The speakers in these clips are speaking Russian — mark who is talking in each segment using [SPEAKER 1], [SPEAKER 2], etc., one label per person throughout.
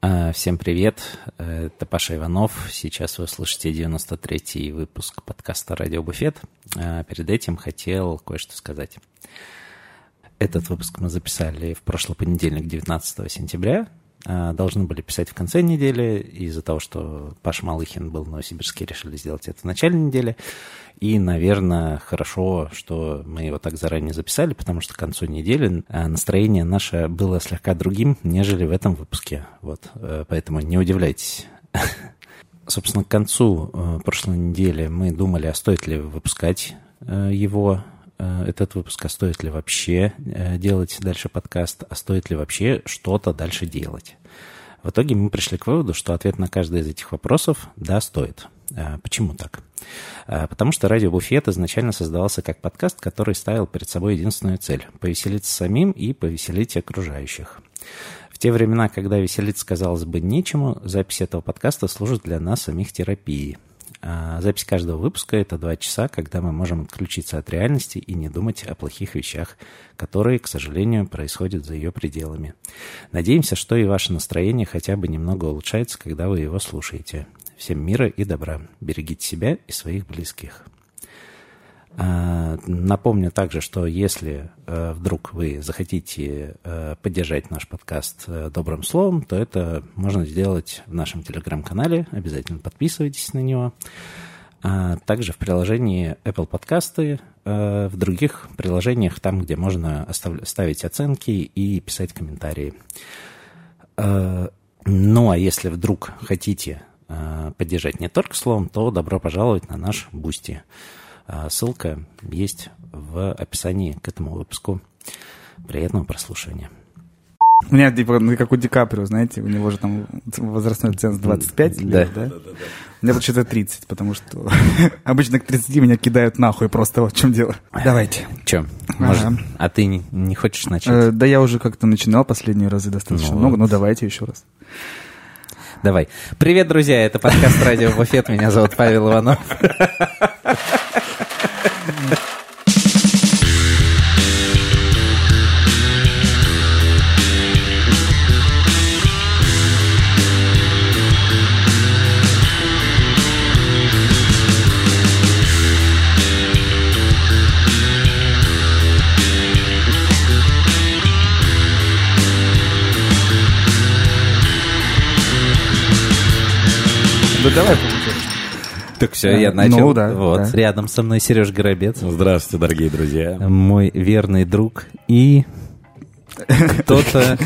[SPEAKER 1] А, Всем привет, э, это Паша Иванов. Сейчас вы слушаете 93-й выпуск подкаста «Радио Буфет». А, Перед этим хотел кое-что сказать. Этот выпуск мы записали в прошлый понедельник, 19 сентября. А, Должны были писать в конце недели. Из-за того, что Паш Малыхин был в Новосибирске, решили сделать это в начале недели. И, наверное, хорошо, что мы его так заранее записали, потому что к концу недели а, настроение наше было слегка другим, нежели в этом выпуске. Вот, э, поэтому не удивляйтесь. Собственно, к концу э, прошлой недели мы думали, а стоит ли выпускать э, его этот выпуск, а стоит ли вообще э, делать дальше подкаст, а стоит ли вообще что-то дальше делать. В итоге мы пришли к выводу, что ответ на каждый из этих вопросов – да, стоит. Э, Почему так? Э, Потому что «Радио Буфет» изначально создавался как подкаст, который ставил перед собой единственную цель – повеселиться самим и повеселить окружающих. В те времена, когда веселиться, казалось бы, нечему, запись этого подкаста служит для нас самих терапией. А Запись каждого выпуска – это два часа, когда мы можем отключиться от реальности и не думать о плохих вещах, которые, к сожалению, происходят за ее пределами. Надеемся, что и ваше настроение хотя бы немного улучшается, когда вы его слушаете. Всем мира и добра. Берегите себя и своих близких. Э, Напомню также, что если э, вдруг вы захотите э, поддержать наш подкаст э, добрым словом, то это можно сделать в нашем телеграм-канале. Обязательно подписывайтесь на него. А также в приложении Apple подкасты, в других приложениях, там, где можно ставить оценки и писать комментарии. Ну а если вдруг хотите э, поддержать не только словом, то добро пожаловать на наш Бусти. Э, Ссылка есть в описании к этому выпуску. Приятного прослушивания.
[SPEAKER 2] У меня типа, как у Ди Каприо, знаете, у него же там возрастной ценз 25 лет, да? да? У меня почему-то 30, потому что обычно к 30 меня кидают нахуй просто, вот в чем дело. Давайте.
[SPEAKER 1] Че, может, ага. а ты не, не хочешь начать? Э,
[SPEAKER 2] да я уже как-то начинал последние разы достаточно ну, много, вот. но давайте еще раз.
[SPEAKER 1] Давай. Привет, друзья, это подкаст «Радио Буфет», меня зовут Павел Иванов.
[SPEAKER 2] Да давай
[SPEAKER 1] Так все, я начал.
[SPEAKER 2] Ну да.
[SPEAKER 1] Вот,
[SPEAKER 2] да.
[SPEAKER 1] рядом со мной Сереж Горобец.
[SPEAKER 3] Здравствуйте, дорогие друзья.
[SPEAKER 1] Мой верный друг и кто-то...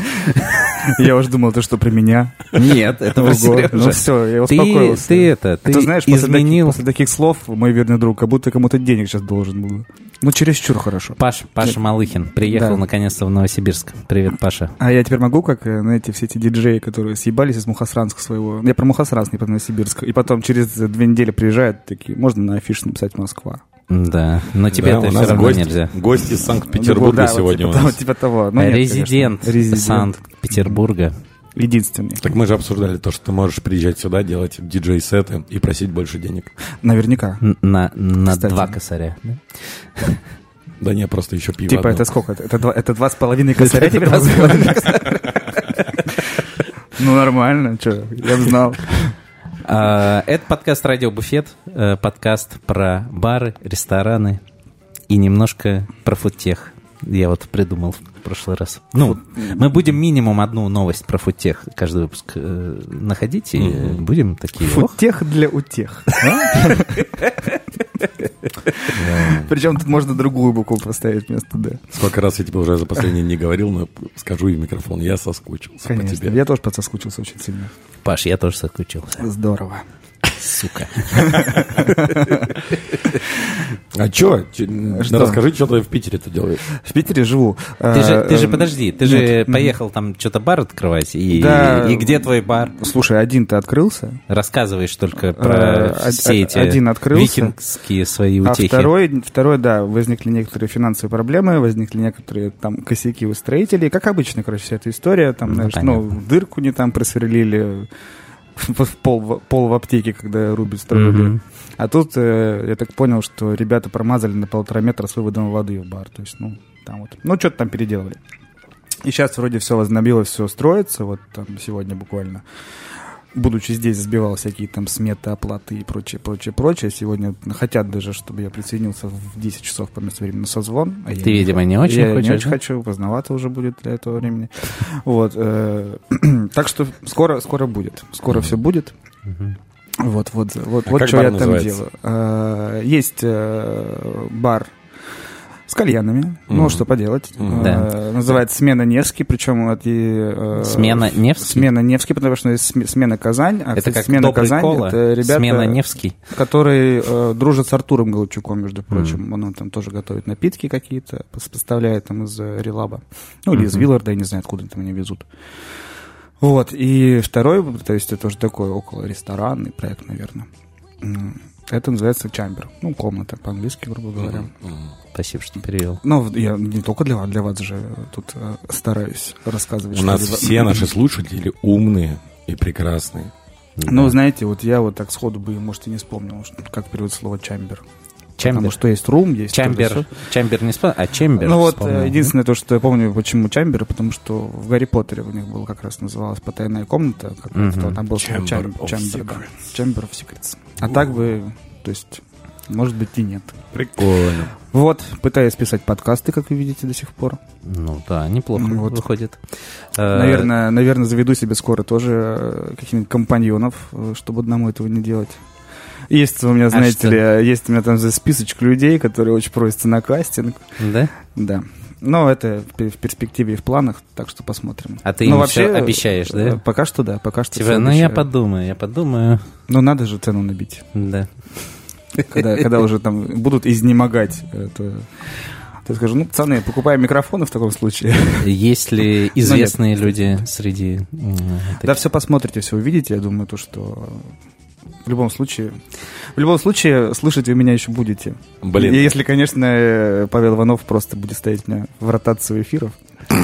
[SPEAKER 2] Я уже думал, ты что, при меня?
[SPEAKER 1] Нет, это про Сережа.
[SPEAKER 2] Ну все, я
[SPEAKER 1] ты,
[SPEAKER 2] успокоился.
[SPEAKER 1] Ты это, ты,
[SPEAKER 2] ты знаешь,
[SPEAKER 1] изменил...
[SPEAKER 2] После таких, после таких слов, мой верный друг, как будто кому-то денег сейчас должен был. Ну, чересчур хорошо.
[SPEAKER 1] Паш, Паша Малыхин приехал
[SPEAKER 2] Да.
[SPEAKER 1] наконец-то в Новосибирск. Привет, Паша.
[SPEAKER 2] А я теперь могу, как, э, знаете, все эти диджеи, которые съебались из Мухасранска своего. Я про Мухасранск, не про Новосибирск. И потом через э, две недели приезжают такие, можно на афишу написать Москва. Ну,
[SPEAKER 1] Да, но тебе
[SPEAKER 3] Да,
[SPEAKER 1] это
[SPEAKER 3] у
[SPEAKER 1] все
[SPEAKER 3] нас
[SPEAKER 1] равно
[SPEAKER 3] гость-
[SPEAKER 1] нельзя.
[SPEAKER 3] Гость из
[SPEAKER 2] Да,
[SPEAKER 3] Санкт-Петербурга
[SPEAKER 2] вот
[SPEAKER 3] сегодня у
[SPEAKER 2] типа того-
[SPEAKER 3] нас.
[SPEAKER 2] Типа того. Ну, нет, конечно.
[SPEAKER 1] Резидент, Санкт-Петербурга.
[SPEAKER 2] Единственный.
[SPEAKER 3] Так мы же обсуждали то, что ты можешь приезжать сюда, делать диджей-сеты и просить больше денег.
[SPEAKER 2] Наверняка.
[SPEAKER 3] Ну,
[SPEAKER 1] Н- На, на
[SPEAKER 2] Кстати.
[SPEAKER 1] два косаря. да?
[SPEAKER 3] Да не, просто еще пиво.
[SPEAKER 2] Типа
[SPEAKER 3] одно.
[SPEAKER 2] это сколько? Это два, это два с половиной косаря теперь Ну нормально, что, я бы знал.
[SPEAKER 1] А, Это подкаст «Радио Буфет», э, подкаст про бары, рестораны и немножко про фудтех. Я вот придумал в прошлый раз. Ну, мы будем минимум одну новость про фудтех каждый выпуск э, находить, и э, будем такие... «Ох,
[SPEAKER 2] Футех для А? утех. Причем тут можно другую букву поставить вместо «Д».
[SPEAKER 3] Сколько раз я тебе уже за последние не говорил, но скажу и в микрофон. Я соскучился по
[SPEAKER 2] Конечно,
[SPEAKER 3] тебе.
[SPEAKER 2] я тоже подсоскучился очень сильно.
[SPEAKER 1] Паш, я тоже соскучился,
[SPEAKER 2] Здорово.
[SPEAKER 1] сука.
[SPEAKER 3] А чё? Чё-
[SPEAKER 2] Что?
[SPEAKER 3] Да расскажи, что ты в Питере-то делаешь.
[SPEAKER 2] В Питере живу. Э, эм,
[SPEAKER 1] Ты же,
[SPEAKER 2] А,
[SPEAKER 1] ты же подожди, ты же поехал там что-то бар открывать, и,
[SPEAKER 2] Да.
[SPEAKER 1] и где твой бар?
[SPEAKER 2] Слушай, один ты открылся,
[SPEAKER 1] Рассказываешь только про
[SPEAKER 2] Э,
[SPEAKER 1] все
[SPEAKER 2] од-
[SPEAKER 1] эти
[SPEAKER 2] один открылся.
[SPEAKER 1] викингские свои
[SPEAKER 2] а
[SPEAKER 1] утехи.
[SPEAKER 2] второй, второй, да, возникли некоторые финансовые проблемы, возникли некоторые там косяки у строителей, как обычно, короче, вся эта история, там,
[SPEAKER 1] Ну,
[SPEAKER 2] знаешь, ну,
[SPEAKER 1] понятно.
[SPEAKER 2] дырку не там просверлили, в в пол, в- пол в аптеке, когда рубит строили.
[SPEAKER 1] Мгм.
[SPEAKER 2] А тут э, я так понял, что ребята промазали на полтора метра с выводом воды в бар. То есть, ну, там вот. Ну, что-то там переделали. И сейчас вроде все возобновилось, все строится, вот там сегодня буквально. Будучи здесь, сбивал всякие там сметы, оплаты и прочее, прочее, прочее. Сегодня хотят даже, чтобы я присоединился в 10 часов по месту времени на созвон. А я
[SPEAKER 1] Ты, видимо, не очень
[SPEAKER 2] я
[SPEAKER 1] хочешь,
[SPEAKER 2] не очень
[SPEAKER 1] да?
[SPEAKER 2] хочу, поздновато уже будет для этого времени. Вот. э, Так что скоро, скоро будет. Скоро все будет. Вот, вот, вот,
[SPEAKER 3] А
[SPEAKER 2] вот
[SPEAKER 3] как
[SPEAKER 2] что
[SPEAKER 3] бар
[SPEAKER 2] я там
[SPEAKER 3] называется?
[SPEAKER 2] делаю. Э, Есть э, бар с кальянами. Ну,
[SPEAKER 3] Мгм.
[SPEAKER 2] что поделать.
[SPEAKER 3] Мгм.
[SPEAKER 1] Да.
[SPEAKER 2] Э, Называется «Смена Невский», причем от... и, э,
[SPEAKER 1] Смена Невский?
[SPEAKER 2] Смена Невский, потому что есть сме- «Смена Казань». а,
[SPEAKER 1] Это
[SPEAKER 2] кстати,
[SPEAKER 1] как
[SPEAKER 2] «Смена
[SPEAKER 1] добрый
[SPEAKER 2] Казань»
[SPEAKER 1] кола,
[SPEAKER 2] это ребята,
[SPEAKER 1] смена Невский.
[SPEAKER 2] которые э, дружат с Артуром Голубчуком, между прочим. Он, он там тоже готовит напитки какие-то, пос- поставляет там из э, Релаба. Ну, или из Вилларда, я не знаю, откуда там они везут. Вот, и второй, то есть это уже такой около ресторанный проект, наверное. М, Это называется «Чамбер». Ну, комната по-английски, грубо говоря.
[SPEAKER 1] Спасибо, что перевел.
[SPEAKER 2] Ну, в- я не только для вас, для вас же тут э, стараюсь рассказывать.
[SPEAKER 3] У нас
[SPEAKER 2] что-либо.
[SPEAKER 3] все наши слушатели умные и прекрасные.
[SPEAKER 2] Ну, знаете, вот я вот так сходу бы, может, и не вспомнил, что- как переводится слово «чамбер». Потому
[SPEAKER 1] Чамбер.
[SPEAKER 2] что есть «рум», есть...
[SPEAKER 1] Чамбер. Чамбер не спал, а Чембер.
[SPEAKER 2] Ну вот,
[SPEAKER 1] вспомнил.
[SPEAKER 2] э, единственное то, что я помню, почему Чамбер, потому что в Гарри Поттере у них была как раз называлась потайная комната, как
[SPEAKER 1] Мгм.
[SPEAKER 2] кто там был
[SPEAKER 3] Chamber
[SPEAKER 2] Чам-
[SPEAKER 3] of
[SPEAKER 2] Чамбер, да.
[SPEAKER 3] Secrets.
[SPEAKER 2] Chamber of Secrets. А так бы, то есть, может быть и нет.
[SPEAKER 3] Прикольно.
[SPEAKER 2] Вот, пытаюсь писать подкасты, как вы видите, до сих пор.
[SPEAKER 1] Ну да, неплохо
[SPEAKER 2] Ну, вот.
[SPEAKER 1] выходит. Э,
[SPEAKER 2] Наверное, наверное, заведу себе скоро тоже э, каких-нибудь компаньонов, э, чтобы одному этого не делать. Есть у меня, знаете
[SPEAKER 1] А что?
[SPEAKER 2] ли, э, есть у меня там за списочек людей, которые очень просятся на кастинг.
[SPEAKER 1] Да?
[SPEAKER 2] Да. Но это в пер- в перспективе и в планах, так что посмотрим.
[SPEAKER 1] А ты
[SPEAKER 2] Ну,
[SPEAKER 1] им всё обещаешь, да?
[SPEAKER 2] э, Пока что да, пока что.
[SPEAKER 1] Типа,
[SPEAKER 2] всё
[SPEAKER 1] ну я
[SPEAKER 2] обещаю.
[SPEAKER 1] подумаю, я подумаю.
[SPEAKER 2] Ну надо же цену набить,
[SPEAKER 1] Да.
[SPEAKER 2] когда, когда уже там будут изнемогать. Это... Ты скажу, ну, пацаны, покупаем микрофоны в таком случае.
[SPEAKER 1] Есть
[SPEAKER 2] Ну,
[SPEAKER 1] ли известные люди среди... м,
[SPEAKER 2] Да,
[SPEAKER 1] таких?
[SPEAKER 2] все посмотрите, все увидите. Я думаю, то, что в любом случае... В любом случае, слышать вы меня еще будете.
[SPEAKER 3] Блин.
[SPEAKER 2] И если, конечно, э, Павел Иванов просто будет ставить меня в ротацию эфиров,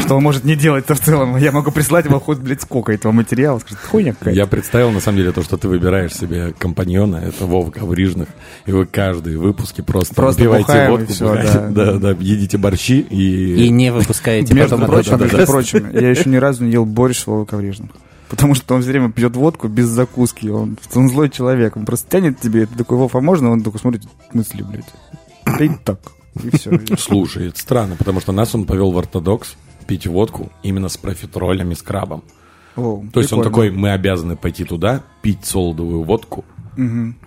[SPEAKER 2] что он может не делать-то в целом. Я могу прислать вам хоть, блядь, сколько этого материала. Он Скажет, хуйня какая
[SPEAKER 3] Я представил, на самом деле, то, что ты выбираешь себе компаньона, это Вова Коврижных, и вы каждый выпуске просто,
[SPEAKER 2] Просто
[SPEAKER 3] пьете
[SPEAKER 2] бухаем и
[SPEAKER 3] водку,
[SPEAKER 2] всё,
[SPEAKER 3] бухаете,
[SPEAKER 2] да.
[SPEAKER 3] да, да, едите борщи и...
[SPEAKER 1] И не выпускаете
[SPEAKER 2] Между
[SPEAKER 1] потом
[SPEAKER 2] прочим,
[SPEAKER 1] оттуда.
[SPEAKER 2] между прочим, я еще ни разу не ел борщ с Вовой Коврижным. Потому что он все время пьет водку без закуски. Он, он злой человек. Он просто тянет тебе, и ты такой, Вов, а можно? Он такой смотрит, мысли, блядь. Да и так. И все.
[SPEAKER 3] Слушай, это странно, потому что нас он повел в ортодокс пить водку именно с профитролями, с крабом. То есть он такой, мы обязаны пойти туда, пить солодовую водку.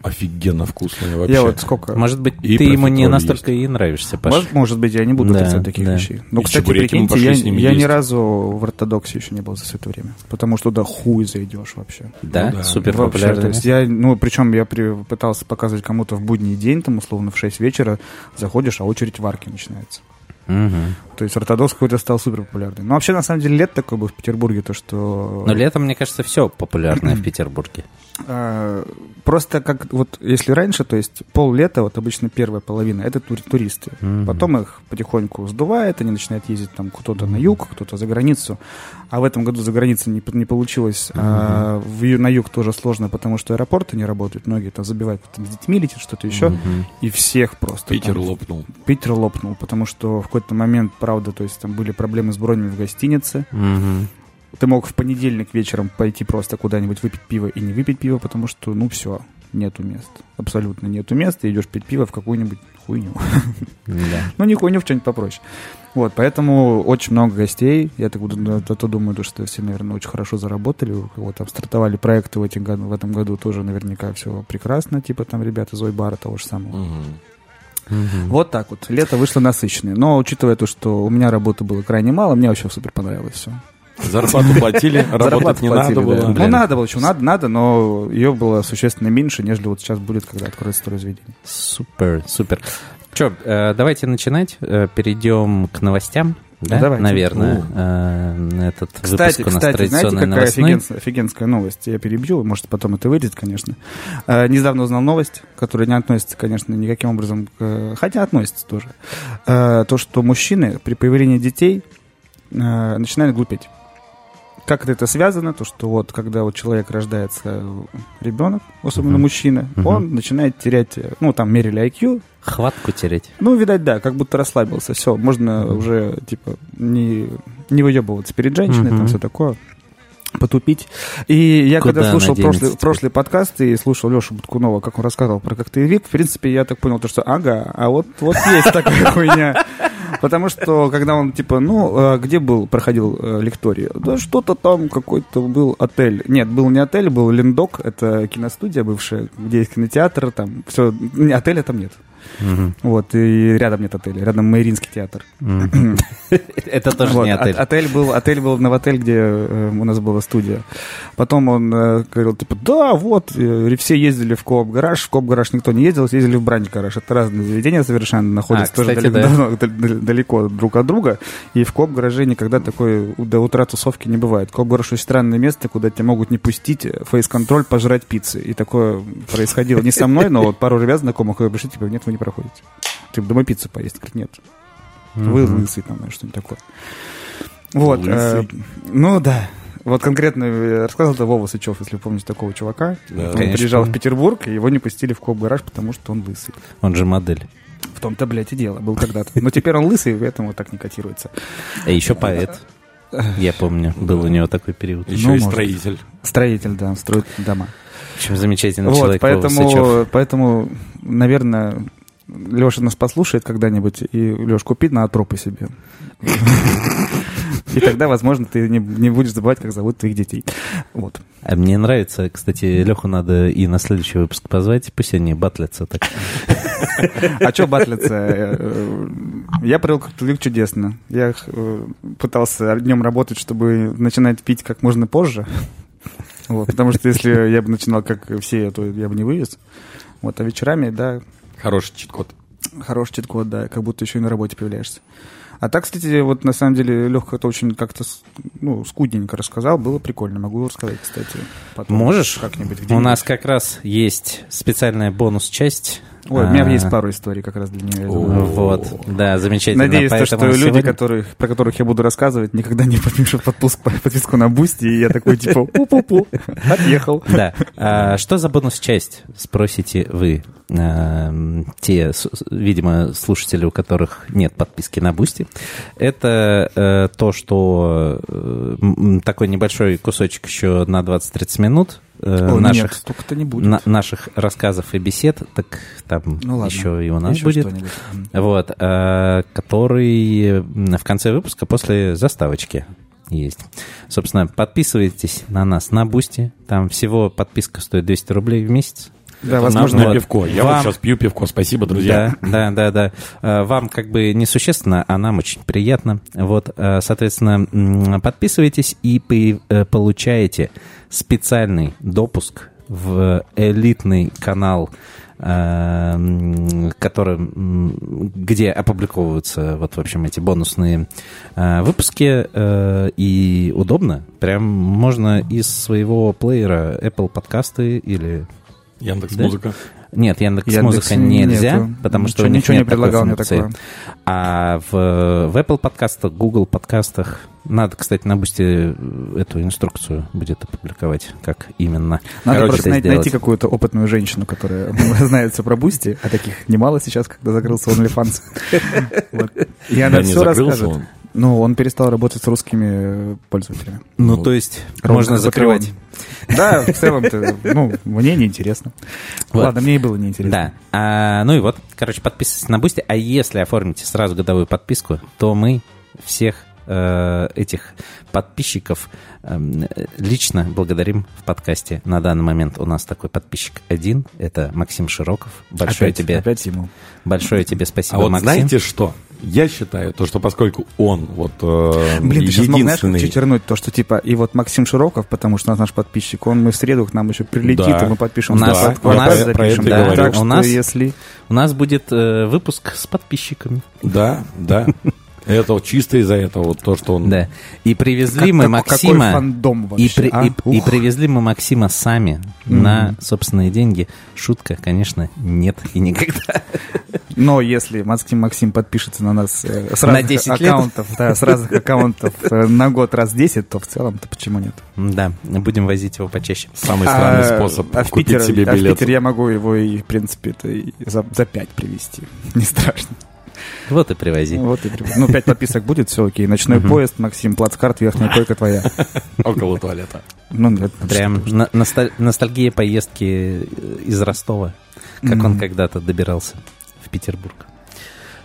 [SPEAKER 3] Офигенно вкусная вообще.
[SPEAKER 2] Я вот сколько...
[SPEAKER 1] Может быть,
[SPEAKER 3] И
[SPEAKER 1] ты ему не
[SPEAKER 3] профитроль
[SPEAKER 1] настолько и нравишься, Паш.
[SPEAKER 2] Может, может быть, я не буду
[SPEAKER 1] Да,
[SPEAKER 2] отрицать таких
[SPEAKER 1] да.
[SPEAKER 2] вещей. Но,
[SPEAKER 3] И
[SPEAKER 2] кстати,
[SPEAKER 3] чебуреки мы
[SPEAKER 2] прикиньте,
[SPEAKER 3] пошли
[SPEAKER 2] я,
[SPEAKER 3] с ними
[SPEAKER 2] я ни
[SPEAKER 3] есть.
[SPEAKER 2] разу в ортодоксе еще не был за все это время. Потому что туда хуй зайдешь вообще.
[SPEAKER 1] Да,
[SPEAKER 3] Ну да.
[SPEAKER 1] супер
[SPEAKER 2] Вообще, то
[SPEAKER 1] популярный.
[SPEAKER 2] есть я, ну, причем я при- пытался показывать кому-то в будний день, там, условно, в 6 вечера заходишь, а очередь в арке начинается.
[SPEAKER 1] Мгм.
[SPEAKER 2] То есть ортодокс какой-то стал супер популярный. Ну, вообще, на самом деле, лет такой был в Петербурге, то, что...
[SPEAKER 1] Но летом, мне кажется, все популярное в Петербурге.
[SPEAKER 2] А, Просто как вот если раньше, то есть пол лета, вот обычно первая половина, это тури- туристы.
[SPEAKER 1] Мгм.
[SPEAKER 2] Потом их потихоньку сдувает, они начинают ездить там кто-то на юг, кто-то за границу. А в этом году за границу не, по- не получилось. А, в ю- на юг тоже сложно, потому что аэропорты не работают, многие там забивают, там с детьми летят, что-то еще.
[SPEAKER 1] Мгм.
[SPEAKER 2] И всех просто.
[SPEAKER 3] Питер
[SPEAKER 2] там-
[SPEAKER 3] лопнул.
[SPEAKER 2] Питер лопнул, потому что в какой-то момент, правда, то есть там были проблемы с бронями в гостинице.
[SPEAKER 1] Мгм.
[SPEAKER 2] Ты мог в понедельник вечером пойти просто куда-нибудь выпить пиво и не выпить пиво, потому что, ну, все, нету мест. Абсолютно нету мест, ты идешь пить пиво в какую-нибудь хуйню.
[SPEAKER 1] Да.
[SPEAKER 2] Ну, не хуйню, в что-нибудь попроще. Вот, поэтому очень много гостей. Я так буду, да, то- то думаю, то, что все, наверное, очень хорошо заработали. У кого там стартовали проекты в, этих году- в этом году, тоже наверняка все прекрасно. Типа там ребята из Ойбара того же самого.
[SPEAKER 3] Мгм.
[SPEAKER 1] Мгм.
[SPEAKER 2] Вот так вот. Лето вышло насыщенное. Но учитывая то, что у меня работы было крайне мало, мне вообще супер понравилось все.
[SPEAKER 3] Зарплату платили, работать
[SPEAKER 2] Зарплату
[SPEAKER 3] не
[SPEAKER 2] платили,
[SPEAKER 3] надо
[SPEAKER 2] да.
[SPEAKER 3] было.
[SPEAKER 2] Ну, надо было, что надо, надо, но ее было существенно меньше, нежели вот сейчас будет, когда откроется разведение.
[SPEAKER 1] Супер, супер. Че, давайте начинать. Перейдем к новостям. Да,
[SPEAKER 2] Давайте.
[SPEAKER 1] наверное. Э, Этот
[SPEAKER 2] Кстати,
[SPEAKER 1] выпуск у нас
[SPEAKER 2] кстати, знаете,
[SPEAKER 1] традиционный
[SPEAKER 2] какая
[SPEAKER 1] новостной.
[SPEAKER 2] офиген- офигенская новость? Я перебью, может, потом это выйдет, конечно. Э, недавно узнал новость, которая не относится, конечно, никаким образом, к, э, хотя относится тоже. Э, то, что мужчины при появлении детей э, начинают глупеть. Как это связано? То, что вот когда вот человек рождается э, ребенок, особенно
[SPEAKER 1] Мгм.
[SPEAKER 2] мужчина,
[SPEAKER 1] Мгм.
[SPEAKER 2] он начинает терять, э, ну, там мерили IQ,
[SPEAKER 1] Хватку терять.
[SPEAKER 2] Ну, видать, да, как будто расслабился. Все, можно уже, типа, не, не выебываться перед женщиной, там все такое потупить. И я
[SPEAKER 1] Куда
[SPEAKER 2] когда слушал
[SPEAKER 1] она денется
[SPEAKER 2] прошлый,
[SPEAKER 1] теперь?
[SPEAKER 2] прошлый подкаст и слушал Лешу Буткунова, как он рассказывал про коктейльвик, в принципе, я так понял, то, что ага, а вот, вот есть такая хуйня. Потому что, когда он, типа, ну, э, где был, проходил э, лекторию? Да что-то там, какой-то был отель. Нет, был не отель, был Линдок, это киностудия бывшая, где есть кинотеатр, там все, отеля там нет.
[SPEAKER 1] Мгм.
[SPEAKER 2] Вот, и рядом нет отеля, рядом Мариинский театр.
[SPEAKER 1] Мгм. Это тоже
[SPEAKER 2] Вот,
[SPEAKER 1] не
[SPEAKER 2] от-
[SPEAKER 1] отель.
[SPEAKER 2] был, отель был в отель, где э, у нас была студия. Потом он э, говорил, типа, да, вот, э, все ездили в Кооп гараж, в Кооп гараж никто не ездил, съездили в Бранч гараж. Это разные заведения совершенно, находятся
[SPEAKER 1] А,
[SPEAKER 2] тоже
[SPEAKER 1] кстати,
[SPEAKER 2] далеко, давно- дал- далеко друг от друга. И в Кооп гараже никогда такой у- до утра тусовки не бывает. Кооп гараж очень странное место, куда тебя могут не пустить, э, фейс-контроль, пожрать пиццы. И такое происходило не со мной, но вот пару ребят знакомых, которые пришли, типа, нет, вы не проходите. Типа, домой пиццу поесть. Говорит, нет. Вы лысый там, или что-нибудь такое. Вот. э, ну да. Вот конкретно э, рассказывал это Вова Сычев, если вы помните такого чувака.
[SPEAKER 3] Да.
[SPEAKER 2] он
[SPEAKER 1] Конечно,
[SPEAKER 2] приезжал в
[SPEAKER 1] помню.
[SPEAKER 2] Петербург, и его не пустили в коп-гараж, потому что он лысый.
[SPEAKER 1] Он же модель.
[SPEAKER 2] В том-то, блядь, и дело. Был когда-то. Но теперь он лысый, и поэтому так не котируется.
[SPEAKER 1] А еще поэт. Я помню, был у него такой период.
[SPEAKER 3] Еще
[SPEAKER 2] Ну,
[SPEAKER 3] и
[SPEAKER 2] может.
[SPEAKER 3] строитель.
[SPEAKER 2] Строитель, да, он строит дома.
[SPEAKER 1] В общем, замечательный Ну,
[SPEAKER 2] Вот,
[SPEAKER 1] человек Вова Сычев.
[SPEAKER 2] поэтому, поэтому, наверное, Леша нас послушает когда-нибудь, и, Леш, купи на атропы себе. И тогда, возможно, ты не, не будешь забывать, как зовут твоих детей. Вот.
[SPEAKER 1] А мне нравится, кстати, Леху надо и на следующий выпуск позвать, пусть они батлятся так.
[SPEAKER 2] А что батлиться? Э, э, Я провел коктейль чудесно. Я э, пытался днем работать, чтобы начинать пить как можно позже. Вот, потому что если я бы начинал, как все, то я бы не вывез. Вот, а вечерами, да,
[SPEAKER 3] Хороший чит-код.
[SPEAKER 2] хороший чит-код, да, как будто еще и на работе появляешься. А так, кстати, вот на самом деле Леха это очень как-то с- ну, скудненько рассказал, было прикольно, могу рассказать, кстати. потом
[SPEAKER 1] Можешь?
[SPEAKER 2] Как-нибудь где
[SPEAKER 1] У нас как раз есть специальная бонус-часть.
[SPEAKER 2] Ой, у меня
[SPEAKER 1] А,
[SPEAKER 2] есть пару историй как раз для нее. я думаю.
[SPEAKER 3] О,
[SPEAKER 1] Вот, да, замечательно.
[SPEAKER 2] Надеюсь, то, что
[SPEAKER 1] Поэтому
[SPEAKER 2] люди,
[SPEAKER 1] сегодня-
[SPEAKER 2] которых, про которых я буду рассказывать, никогда не подпишут подпуск- подписку на Бусти, и я такой, типа, пу-пу-пу, отъехал.
[SPEAKER 1] Да. А, что за бонус-часть, спросите вы. Эм, Те, с- с- видимо, слушатели, у которых нет подписки на Бусти. Это э, то, что э, м, такой небольшой кусочек еще на 20-30 минут э,
[SPEAKER 2] О, нет,
[SPEAKER 1] наших
[SPEAKER 2] столько-то не будет.
[SPEAKER 1] на- наших рассказов и бесед, так там
[SPEAKER 2] Ну ладно,
[SPEAKER 1] еще и у нас
[SPEAKER 2] Еще
[SPEAKER 1] будет.
[SPEAKER 2] что-нибудь. М.
[SPEAKER 1] Вот, э, который м, в конце выпуска после заставочки есть. Собственно, подписывайтесь на нас на Бусти. Там всего подписка стоит 200 рублей в месяц.
[SPEAKER 2] Да,
[SPEAKER 3] Нам
[SPEAKER 2] возможно,
[SPEAKER 1] нужно-
[SPEAKER 3] на
[SPEAKER 1] вот.
[SPEAKER 3] пивко. Я
[SPEAKER 1] Вам-
[SPEAKER 3] вот сейчас пью пивко. Спасибо, друзья.
[SPEAKER 1] Да, да, да, да. Э, Вам как бы несущественно, а нам очень приятно. Вот, э, соответственно, м, подписывайтесь и пи- э, получаете специальный допуск в элитный канал, э, м, который, м, где опубликовываются вот, в общем, эти бонусные э, выпуски. э, И удобно. Прям можно из своего плеера Apple подкасты или
[SPEAKER 3] Яндекс
[SPEAKER 1] Да?
[SPEAKER 3] Музыка.
[SPEAKER 1] нет, Яндекс,
[SPEAKER 2] Яндекс
[SPEAKER 1] Музыка нельзя,
[SPEAKER 2] нету.
[SPEAKER 1] потому что
[SPEAKER 2] Ничего-
[SPEAKER 1] у них
[SPEAKER 2] ничего
[SPEAKER 1] нет
[SPEAKER 2] не предлагал мне
[SPEAKER 1] такой функции.
[SPEAKER 2] такого.
[SPEAKER 1] А в, в Apple подкастах, Google подкастах надо, кстати, на бусте эту инструкцию будет опубликовать, как именно.
[SPEAKER 2] Надо
[SPEAKER 1] Короче,
[SPEAKER 2] просто
[SPEAKER 1] это
[SPEAKER 2] най-
[SPEAKER 1] сделать.
[SPEAKER 2] найти какую-то опытную женщину, которая знает все про Бусти, а таких немало сейчас, когда закрылся OnlyFans. Вот. И она
[SPEAKER 3] Да не
[SPEAKER 2] все
[SPEAKER 3] закрылся
[SPEAKER 2] расскажет.
[SPEAKER 3] он. А
[SPEAKER 2] Ну, он перестал работать с русскими э, пользователями.
[SPEAKER 1] Ну,
[SPEAKER 3] Вот.
[SPEAKER 1] то есть
[SPEAKER 2] Ровно
[SPEAKER 1] можно
[SPEAKER 2] как
[SPEAKER 1] закрывать.
[SPEAKER 2] Patreon. Да, в целом-то, ну, мне неинтересно.
[SPEAKER 1] Вот.
[SPEAKER 2] Ладно, мне и было неинтересно.
[SPEAKER 1] Да. А, ну и вот, короче, подписывайтесь на Бусти. А если оформите сразу годовую подписку, то мы всех э, этих подписчиков эм, э, лично благодарим в подкасте. На данный момент у нас такой подписчик один. Это Максим Широков. Большое
[SPEAKER 2] опять,
[SPEAKER 1] тебе,
[SPEAKER 2] Опять ему.
[SPEAKER 1] большое тебе спасибо,
[SPEAKER 3] А вот
[SPEAKER 1] Максим.
[SPEAKER 3] знаете что? Я считаю, то, что поскольку он вот э,
[SPEAKER 2] Блин, ты сейчас мог, знаешь, как
[SPEAKER 3] единственный...
[SPEAKER 2] читернуть то, что типа, и вот Максим Широков, потому что у нас наш подписчик, он мы в среду к нам еще прилетит,
[SPEAKER 3] Да.
[SPEAKER 2] и мы
[SPEAKER 1] у
[SPEAKER 2] подпишем
[SPEAKER 1] нас,
[SPEAKER 3] да,
[SPEAKER 1] у,
[SPEAKER 3] я
[SPEAKER 1] нас,
[SPEAKER 3] про- про это и
[SPEAKER 1] да,
[SPEAKER 3] говорю.
[SPEAKER 2] Так
[SPEAKER 1] у,
[SPEAKER 2] что,
[SPEAKER 1] нас,
[SPEAKER 2] если...
[SPEAKER 1] у нас будет э, выпуск с подписчиками.
[SPEAKER 3] Да, да. Это вот чисто из-за этого, вот то, что он...
[SPEAKER 1] Да. И привезли
[SPEAKER 2] Как
[SPEAKER 1] мы
[SPEAKER 2] так-
[SPEAKER 1] Максима.
[SPEAKER 2] Какой фандом вообще,
[SPEAKER 1] И, при-
[SPEAKER 2] а?
[SPEAKER 1] и- и
[SPEAKER 2] Ух.
[SPEAKER 1] привезли мы Максима сами на собственные деньги. Шутка, конечно, нет и никогда.
[SPEAKER 2] Но если Максим Максим подпишется на нас э, с разных
[SPEAKER 1] 10 лет.
[SPEAKER 2] аккаунтов, да, с разных аккаунтов э, на год раз 10, то в целом-то почему нет?
[SPEAKER 1] Да, будем возить его почаще.
[SPEAKER 3] Самый странный
[SPEAKER 2] А,
[SPEAKER 3] способ
[SPEAKER 2] а в
[SPEAKER 3] купить
[SPEAKER 2] Питер,
[SPEAKER 3] себе
[SPEAKER 2] а в
[SPEAKER 3] билет.
[SPEAKER 2] Питер я могу его и, в принципе, это и за, за 5 привезти. Не страшно.
[SPEAKER 1] Вот и привози.
[SPEAKER 2] Вот и привози. Ну, пять подписок будет, все окей. Ночной поезд, Максим, плацкарт, верхняя койка твоя.
[SPEAKER 3] Около туалета.
[SPEAKER 2] Ну, это
[SPEAKER 1] Прям на- носталь- ностальгия поездки э, из Ростова, как он когда-то добирался в Петербург.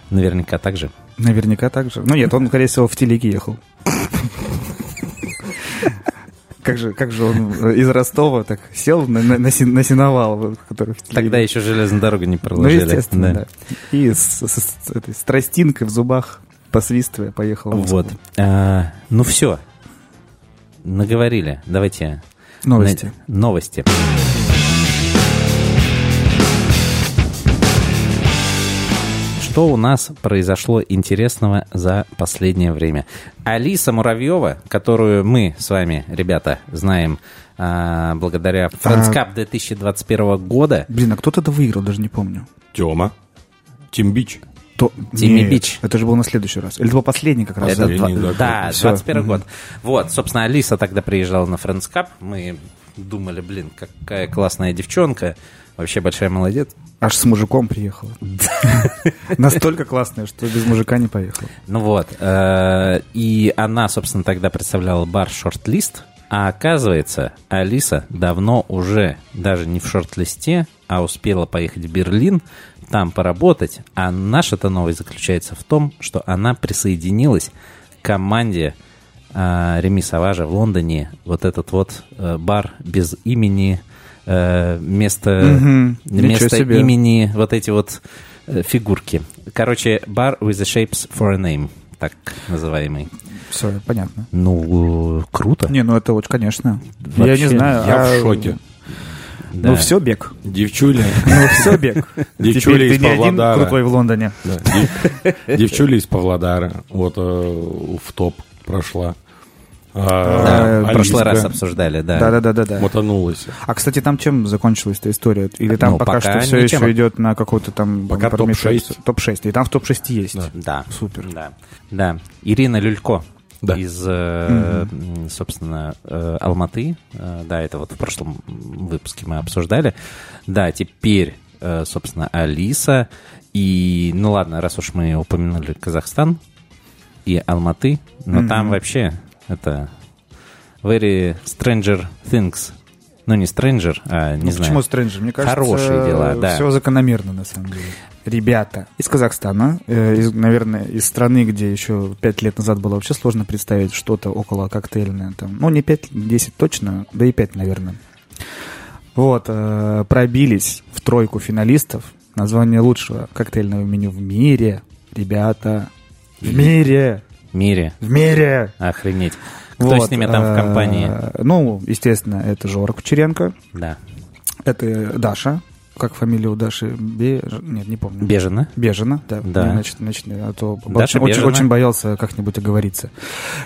[SPEAKER 1] Наверняка так же.
[SPEAKER 2] Наверняка так же. Ну нет, он, скорее всего, в телеге ехал. Как же, как же он э, из Ростова так сел на, на, на сен- на сеновал, вот, который в телеге.
[SPEAKER 1] Тогда еще железную дорогу не
[SPEAKER 2] Ну,
[SPEAKER 1] проложили.
[SPEAKER 2] естественно, да. И с, с- с этой, с тростинкой в зубах, посвистывая, поехал. в Москву.
[SPEAKER 1] Вот. А, ну все. Наговорили. Давайте.
[SPEAKER 2] Новости.
[SPEAKER 1] на- новости. Что у нас произошло интересного за последнее время? Алиса Муравьева, которую мы с вами, ребята, знаем а, благодаря Friends Cup 2021 года.
[SPEAKER 2] Блин, а кто тогда выиграл, даже не помню.
[SPEAKER 3] Тема. Тимбич.
[SPEAKER 2] То...
[SPEAKER 1] Тимми
[SPEAKER 2] Нет,
[SPEAKER 1] Бич.
[SPEAKER 2] Это же был на следующий раз. Или это был последний как раз.
[SPEAKER 1] Это
[SPEAKER 3] Последний,
[SPEAKER 1] два-
[SPEAKER 3] да,
[SPEAKER 1] да,
[SPEAKER 2] всё.
[SPEAKER 1] 21 год. Вот, собственно, Алиса тогда приезжала на Friends Cup. Мы думали, блин, какая классная девчонка. Вообще большая молодец.
[SPEAKER 2] Аж с мужиком приехала. Настолько классная, что без мужика не поехала.
[SPEAKER 1] Ну вот. э, И она, собственно, тогда представляла бар «Шорт-лист». А оказывается, Алиса давно уже даже не в «Шорт-листе», а успела поехать в Берлин, там поработать. А наша-то новость заключается в том, что она присоединилась к команде а, Реми Саважа в Лондоне вот этот вот э, бар без имени, э, место,
[SPEAKER 2] Мгм. Ничего
[SPEAKER 1] место
[SPEAKER 2] себе.
[SPEAKER 1] имени, вот эти вот э, фигурки. Короче, бар with the shapes for a name, так называемый.
[SPEAKER 2] Все, понятно.
[SPEAKER 1] Ну, э, круто.
[SPEAKER 2] Не, ну это очень, конечно. я
[SPEAKER 1] Вообще,
[SPEAKER 2] не знаю.
[SPEAKER 3] Я
[SPEAKER 2] а-
[SPEAKER 3] в шоке.
[SPEAKER 1] Да.
[SPEAKER 2] Ну все, бег.
[SPEAKER 3] Девчуля.
[SPEAKER 2] Ну все, бег.
[SPEAKER 3] Девчуля
[SPEAKER 2] Теперь
[SPEAKER 3] из
[SPEAKER 2] ты не один
[SPEAKER 3] Павлодара.
[SPEAKER 2] крутой в Лондоне.
[SPEAKER 3] Да, дев- Девчуля из Павлодара. Вот э, в топ прошла.
[SPEAKER 1] Да,
[SPEAKER 3] А,
[SPEAKER 2] э,
[SPEAKER 1] в прошлый раз
[SPEAKER 3] Алиска
[SPEAKER 1] обсуждали, да.
[SPEAKER 2] Да-да-да-да.
[SPEAKER 3] Мотанулась.
[SPEAKER 2] А, кстати, там чем закончилась эта история? Или там
[SPEAKER 1] Ну,
[SPEAKER 2] пока,
[SPEAKER 1] пока
[SPEAKER 2] что все
[SPEAKER 1] ничем.
[SPEAKER 2] еще идет на какую-то там...
[SPEAKER 3] Пока
[SPEAKER 2] параметрацию?
[SPEAKER 3] топ-шесть.
[SPEAKER 2] Топ-6. И там в топ-6 есть.
[SPEAKER 3] Да.
[SPEAKER 1] Да.
[SPEAKER 2] Супер.
[SPEAKER 1] Да. Да. Ирина Люлько
[SPEAKER 3] Да.
[SPEAKER 1] из, э, м, собственно, э, Алматы. Э, Да, это вот в прошлом выпуске мы обсуждали. Да, теперь, э, собственно, Алиса. И, ну ладно, раз уж мы упомянули Казахстан и Алматы, но там вообще это very stranger things. Ну, не stranger, а не
[SPEAKER 2] Ну,
[SPEAKER 1] знаю.
[SPEAKER 2] почему Стрэнджер? Мне кажется,
[SPEAKER 1] Хорошие дела, да.
[SPEAKER 2] все закономерно, на самом деле. Ребята из Казахстана, э, из, наверное, из страны, где еще пять лет назад было вообще сложно представить что-то около коктейльное. Там, ну, не 5, 10 точно, да и 5, наверное. Вот, э, пробились в тройку финалистов. Название лучшего коктейльного меню в мире. Ребята, в мире,
[SPEAKER 1] Мире.
[SPEAKER 2] в мире.
[SPEAKER 1] Охренеть. Кто с ними там в
[SPEAKER 2] э,
[SPEAKER 1] компании?
[SPEAKER 2] Ну, естественно, это Жора Кучеренко,
[SPEAKER 1] Да.
[SPEAKER 2] это Даша. Как фамилия у Даши? Бе- Нет, не помню.
[SPEAKER 1] Бежена.
[SPEAKER 2] Бежина, да.
[SPEAKER 1] Да.
[SPEAKER 2] Значит, значит, а то
[SPEAKER 1] Даша
[SPEAKER 2] очень, очень-
[SPEAKER 1] Бежина.
[SPEAKER 2] очень боялся как-нибудь оговориться.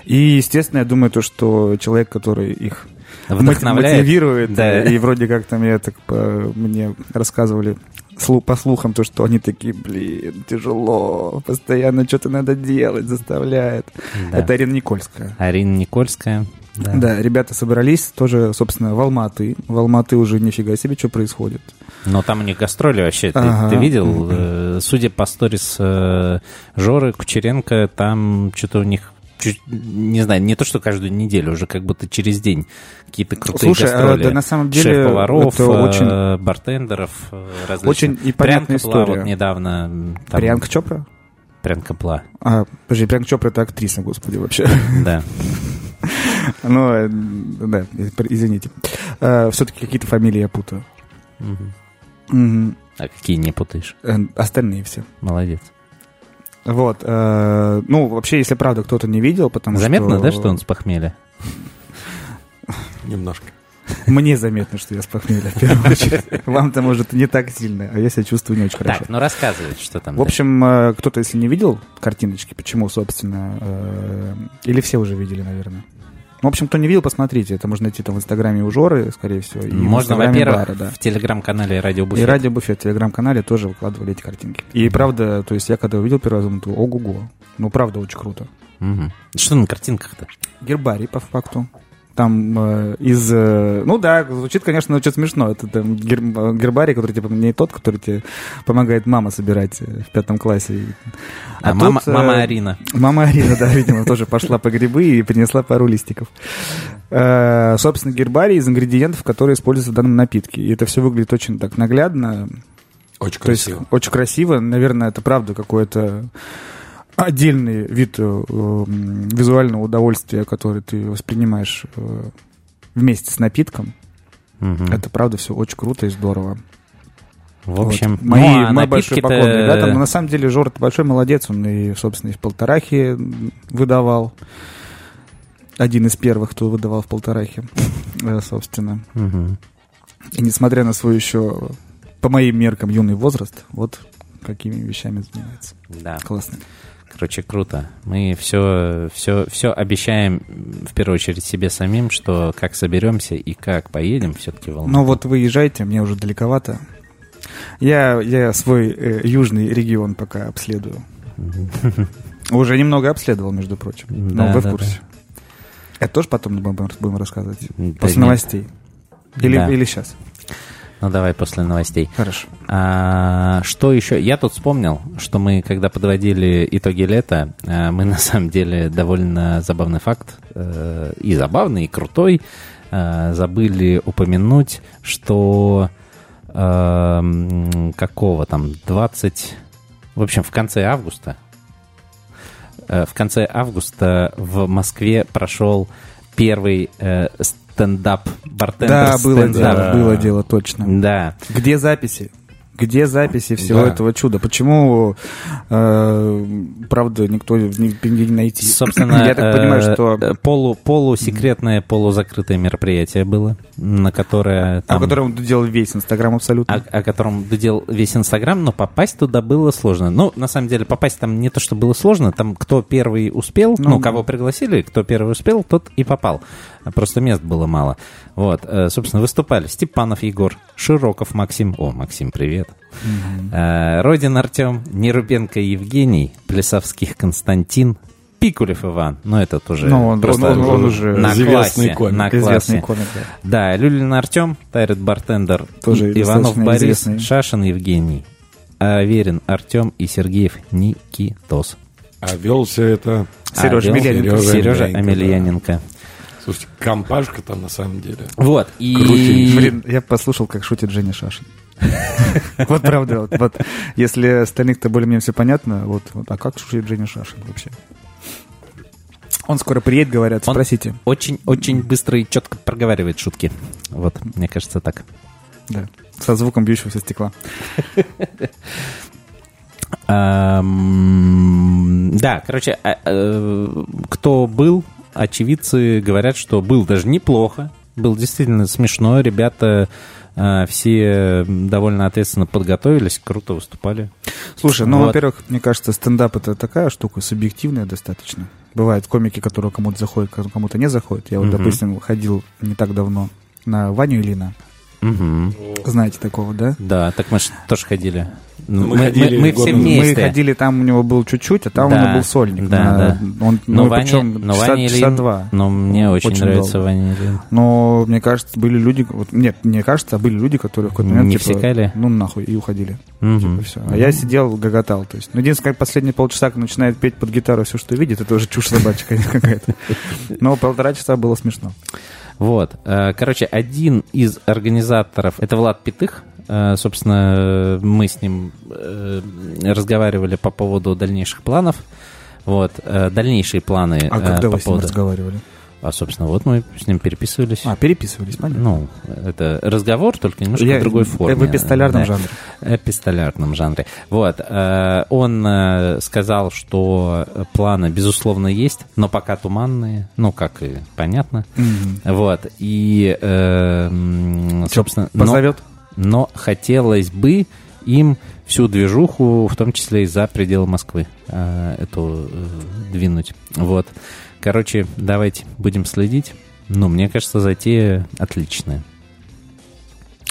[SPEAKER 2] И, естественно, я думаю, то, что человек, который их мот-
[SPEAKER 1] Вдохновляет.
[SPEAKER 2] мотивирует,
[SPEAKER 1] Да.
[SPEAKER 2] и вроде как там я так по- мне рассказывали слу- по слухам, то, что они такие, блин, тяжело, постоянно что-то надо делать, заставляет.
[SPEAKER 1] Да.
[SPEAKER 2] Это Арина Никольская.
[SPEAKER 1] Арина Никольская.
[SPEAKER 2] Да. ребята собрались тоже, собственно, в Алматы. В Алматы уже нифига себе, что происходит.
[SPEAKER 1] Но там у них гастроли вообще. Ты,
[SPEAKER 2] Ага.
[SPEAKER 1] ты видел? Э, Судя по сторис э, Жоры Кучеренко, там что-то у них чуть- не знаю, не то, что каждую неделю, уже как будто через день какие-то крутые
[SPEAKER 2] Слушай, а,
[SPEAKER 1] гастроли.
[SPEAKER 2] да на самом деле
[SPEAKER 1] Шеф-поваров,
[SPEAKER 2] это
[SPEAKER 1] э,
[SPEAKER 2] очень-
[SPEAKER 1] бартендеров э,
[SPEAKER 2] Очень
[SPEAKER 1] различных.
[SPEAKER 2] и понятная
[SPEAKER 1] Прянка была
[SPEAKER 2] история.
[SPEAKER 1] вот недавно. м, там-
[SPEAKER 2] Приянка Чопра?
[SPEAKER 1] Прянка была,
[SPEAKER 2] А, подожди, Приянка Чопра это актриса, господи, вообще.
[SPEAKER 1] да.
[SPEAKER 2] Ну, э, да, извините. Все-таки какие-то фамилии я путаю.
[SPEAKER 1] Мгм.
[SPEAKER 2] Мгм.
[SPEAKER 1] А какие не путаешь.
[SPEAKER 2] Э, Остальные все.
[SPEAKER 1] Молодец.
[SPEAKER 2] Вот. э, Ну, вообще, если правда кто-то не видел, потому
[SPEAKER 1] Заметно,
[SPEAKER 2] Ну что...
[SPEAKER 1] да, что он с похмелья?
[SPEAKER 3] Немножко.
[SPEAKER 2] Мне заметно, что я с похмелья, в первую очередь. Вам-то, может, не так сильно, а я себя чувствую не очень хорошо.
[SPEAKER 1] Так, ну рассказывай, что там.
[SPEAKER 2] В общем, э, кто-то, если не видел картиночки, почему, собственно, э, или все уже видели, наверное. Ну, В общем, кто не видел, посмотрите. Это можно найти там в Инстаграме у Жоры, скорее всего. и в
[SPEAKER 1] Можно,
[SPEAKER 2] Инстаграме
[SPEAKER 1] во-первых,
[SPEAKER 2] Бара, да.
[SPEAKER 1] в телеграм-канале Радио
[SPEAKER 2] И
[SPEAKER 1] Буфет.
[SPEAKER 2] Радио Буфет, в Телеграм-канале тоже выкладывали эти картинки. И правда, то есть я когда увидел первый раз, думал, ого-го. Ну, правда, очень круто.
[SPEAKER 1] Мгм. Что на картинках-то?
[SPEAKER 2] Гербарий, по факту. Там э, из... э, ну да, звучит, конечно, очень смешно. Это там гер- гербарий, который типа не тот, который тебе помогает мама собирать э, в пятом классе.
[SPEAKER 1] А,
[SPEAKER 2] тут,
[SPEAKER 1] мама,
[SPEAKER 2] э,
[SPEAKER 1] мама Арина.
[SPEAKER 2] Мама Арина, да, видимо, тоже пошла по грибы и принесла пару листиков. Э, Собственно, гербарий из ингредиентов, которые используются в данном напитке. И это все выглядит очень так наглядно.
[SPEAKER 3] Очень
[SPEAKER 2] То есть
[SPEAKER 3] красиво.
[SPEAKER 2] очень красиво. Наверное, это правда какой-то отдельный вид э, м, визуального удовольствия, который ты воспринимаешь э, вместе с напитком.
[SPEAKER 1] Мгм.
[SPEAKER 2] Это правда все очень круто и здорово.
[SPEAKER 1] В общем,
[SPEAKER 2] Вот. мои,
[SPEAKER 1] ну, а
[SPEAKER 2] мой большой
[SPEAKER 1] напитки-то-
[SPEAKER 2] поклон ребятам. Но ну, на самом деле Жор большой молодец. Он и, собственно, и в полторахе выдавал. Один из первых, кто выдавал в полторахе, э, собственно.
[SPEAKER 1] Мгм.
[SPEAKER 2] И несмотря на свой еще, по моим меркам, юный возраст, вот какими вещами занимается.
[SPEAKER 1] Да.
[SPEAKER 2] Классно.
[SPEAKER 1] Короче, круто. Мы все, все, все обещаем м, в первую очередь себе самим, что как соберемся и как поедем все-таки в Алмату.
[SPEAKER 2] Ну вот вы езжайте, мне уже далековато. Я, я свой э, южный регион пока обследую. Уже немного обследовал, между прочим. Но
[SPEAKER 1] Да,
[SPEAKER 2] вы в
[SPEAKER 1] да,
[SPEAKER 2] курсе. Это тоже потом мы будем, будем рассказывать.
[SPEAKER 1] Да
[SPEAKER 2] После
[SPEAKER 1] нет.
[SPEAKER 2] новостей. Или,
[SPEAKER 1] Да.
[SPEAKER 2] или сейчас.
[SPEAKER 1] Ну давай после новостей.
[SPEAKER 2] Хорошо.
[SPEAKER 1] А, что еще? Я тут вспомнил, что мы, когда подводили итоги лета, а, мы на самом деле довольно забавный факт, э, и забавный, и крутой, а, забыли упомянуть, что а, м, какого там, 20... В общем, в конце августа, э, в конце августа в Москве прошел первый э, стендап бартендер
[SPEAKER 2] Да, было
[SPEAKER 1] стендап.
[SPEAKER 2] дело, было дело, точно.
[SPEAKER 1] Да.
[SPEAKER 2] Где записи? Где записи всего
[SPEAKER 3] Да.
[SPEAKER 2] этого чуда? Почему, э, правда, никто нигде не найти?
[SPEAKER 1] Собственно,
[SPEAKER 2] я так понимаю,
[SPEAKER 1] э,
[SPEAKER 2] что...
[SPEAKER 1] э, полу, полусекретное, полузакрытое мероприятие было, на которое...
[SPEAKER 2] О
[SPEAKER 1] там-
[SPEAKER 2] котором ты делал весь Инстаграм абсолютно.
[SPEAKER 1] о, о котором дудел весь Инстаграм, но попасть туда было сложно. Ну, на самом деле, попасть там не то, что было сложно, там кто первый успел, ну,
[SPEAKER 2] Ну, да.
[SPEAKER 1] кого пригласили, кто первый успел, тот и попал. Просто мест было мало. Вот, э, собственно, выступали Степанов Егор, Широков Максим, о, Максим, привет. Э, Родин Артем, Нерубенко Евгений, Плесовских Константин, Пикулев Иван, ну, этот уже
[SPEAKER 2] Ну, он-
[SPEAKER 1] просто
[SPEAKER 2] он- он уже
[SPEAKER 1] на
[SPEAKER 3] известный
[SPEAKER 1] классе,
[SPEAKER 3] комик.
[SPEAKER 1] на классе.
[SPEAKER 2] Известный комик, да.
[SPEAKER 1] Да, Люлин Артем, Тайрет Бартендер,
[SPEAKER 2] Тоже
[SPEAKER 1] и- Иванов
[SPEAKER 2] достаточно
[SPEAKER 1] Борис,
[SPEAKER 2] известный.
[SPEAKER 1] Шашин Евгений, а Аверин Артем и Сергеев Никитос.
[SPEAKER 3] А вел все это...
[SPEAKER 2] Серёж
[SPEAKER 1] Вел-
[SPEAKER 2] Емельяненко.
[SPEAKER 1] Сережа
[SPEAKER 3] Емельяненко,
[SPEAKER 1] Амельяненко.
[SPEAKER 3] Слушайте, компашка там на самом деле.
[SPEAKER 1] Вот, и...
[SPEAKER 3] Крутенький.
[SPEAKER 2] Блин, я послушал, как шутит Женя Шашин. Вот правда, вот- вот если остальных-то более-менее все понятно, вот, вот, а как шутит Женя Шашин вообще? Он скоро приедет, говорят,
[SPEAKER 1] Он-
[SPEAKER 2] спросите.
[SPEAKER 1] Очень-очень быстро и четко проговаривает шутки. Вот, мне кажется, так.
[SPEAKER 2] Да. Со звуком бьющегося стекла.
[SPEAKER 1] Ам, Да, короче, а, э, кто был, очевидцы говорят, что был даже неплохо, был действительно смешно, ребята э, все довольно ответственно подготовились, круто выступали.
[SPEAKER 2] Слушай, ну,
[SPEAKER 1] Вот.
[SPEAKER 2] во-первых, мне кажется, стендап это такая штука субъективная достаточно. Бывают комики, которые кому-то заходят, кому-то не заходят. Я вот,
[SPEAKER 1] Мгм.
[SPEAKER 2] допустим, ходил не так давно на Ваню Илина.
[SPEAKER 1] Мгм.
[SPEAKER 2] Знаете такого, да?
[SPEAKER 1] Да, так мы же тоже ходили. Ну,
[SPEAKER 3] Мы ходили
[SPEAKER 1] мы
[SPEAKER 3] год
[SPEAKER 1] все
[SPEAKER 3] назад.
[SPEAKER 1] вместе.
[SPEAKER 2] Мы ходили, там у него был чуть-чуть, а там
[SPEAKER 1] Да,
[SPEAKER 2] у него был сольник.
[SPEAKER 1] да,
[SPEAKER 2] На-
[SPEAKER 1] да.
[SPEAKER 2] Он,
[SPEAKER 1] Но
[SPEAKER 2] ну,
[SPEAKER 1] Ваня-
[SPEAKER 2] причем
[SPEAKER 1] но
[SPEAKER 2] часа,
[SPEAKER 1] Ваня
[SPEAKER 2] часа
[SPEAKER 1] Ильин-
[SPEAKER 2] два.
[SPEAKER 1] Но мне очень,
[SPEAKER 2] Очень
[SPEAKER 1] нравится
[SPEAKER 2] долго.
[SPEAKER 1] Ваня Ильин.
[SPEAKER 2] Но, мне кажется, были люди... Вот, нет, мне кажется, а были люди, которые в какой-то момент...
[SPEAKER 1] Не
[SPEAKER 2] типа,
[SPEAKER 1] всекали?
[SPEAKER 2] Ну, нахуй, и уходили.
[SPEAKER 1] Мгм.
[SPEAKER 2] И всё. А я сидел, гоготал. То есть. Ну, единственное, как последние полчаса как начинает петь под гитару все, что видит, это уже чушь собачья конечно, какая-то. Но полтора часа было смешно.
[SPEAKER 1] Вот. э, Короче, один из организаторов, это Влад Пятых, Э, собственно, мы с ним э, разговаривали по поводу дальнейших планов. Вот, э, дальнейшие планы
[SPEAKER 2] А
[SPEAKER 1] э,
[SPEAKER 2] когда
[SPEAKER 1] по
[SPEAKER 2] вы с ним
[SPEAKER 1] поводу...
[SPEAKER 2] разговаривали?
[SPEAKER 1] А, собственно, вот мы с ним переписывались.
[SPEAKER 2] А, переписывались, понятно.
[SPEAKER 1] Ну, это разговор, только немножко
[SPEAKER 2] Я-
[SPEAKER 1] в другой форме.
[SPEAKER 2] В эпистолярном
[SPEAKER 1] Да
[SPEAKER 2] жанре.
[SPEAKER 1] эпистолярном жанре. Вот. э, Он э, сказал, что планы, безусловно, есть, но пока туманные. Ну, как и понятно. Вот. И, э, м, собственно... но-
[SPEAKER 2] Позовет?
[SPEAKER 1] Но хотелось бы им всю движуху, в том числе и за пределы Москвы, э, эту э, двинуть. Вот. Короче, давайте будем следить. Ну, мне кажется, затея отличная.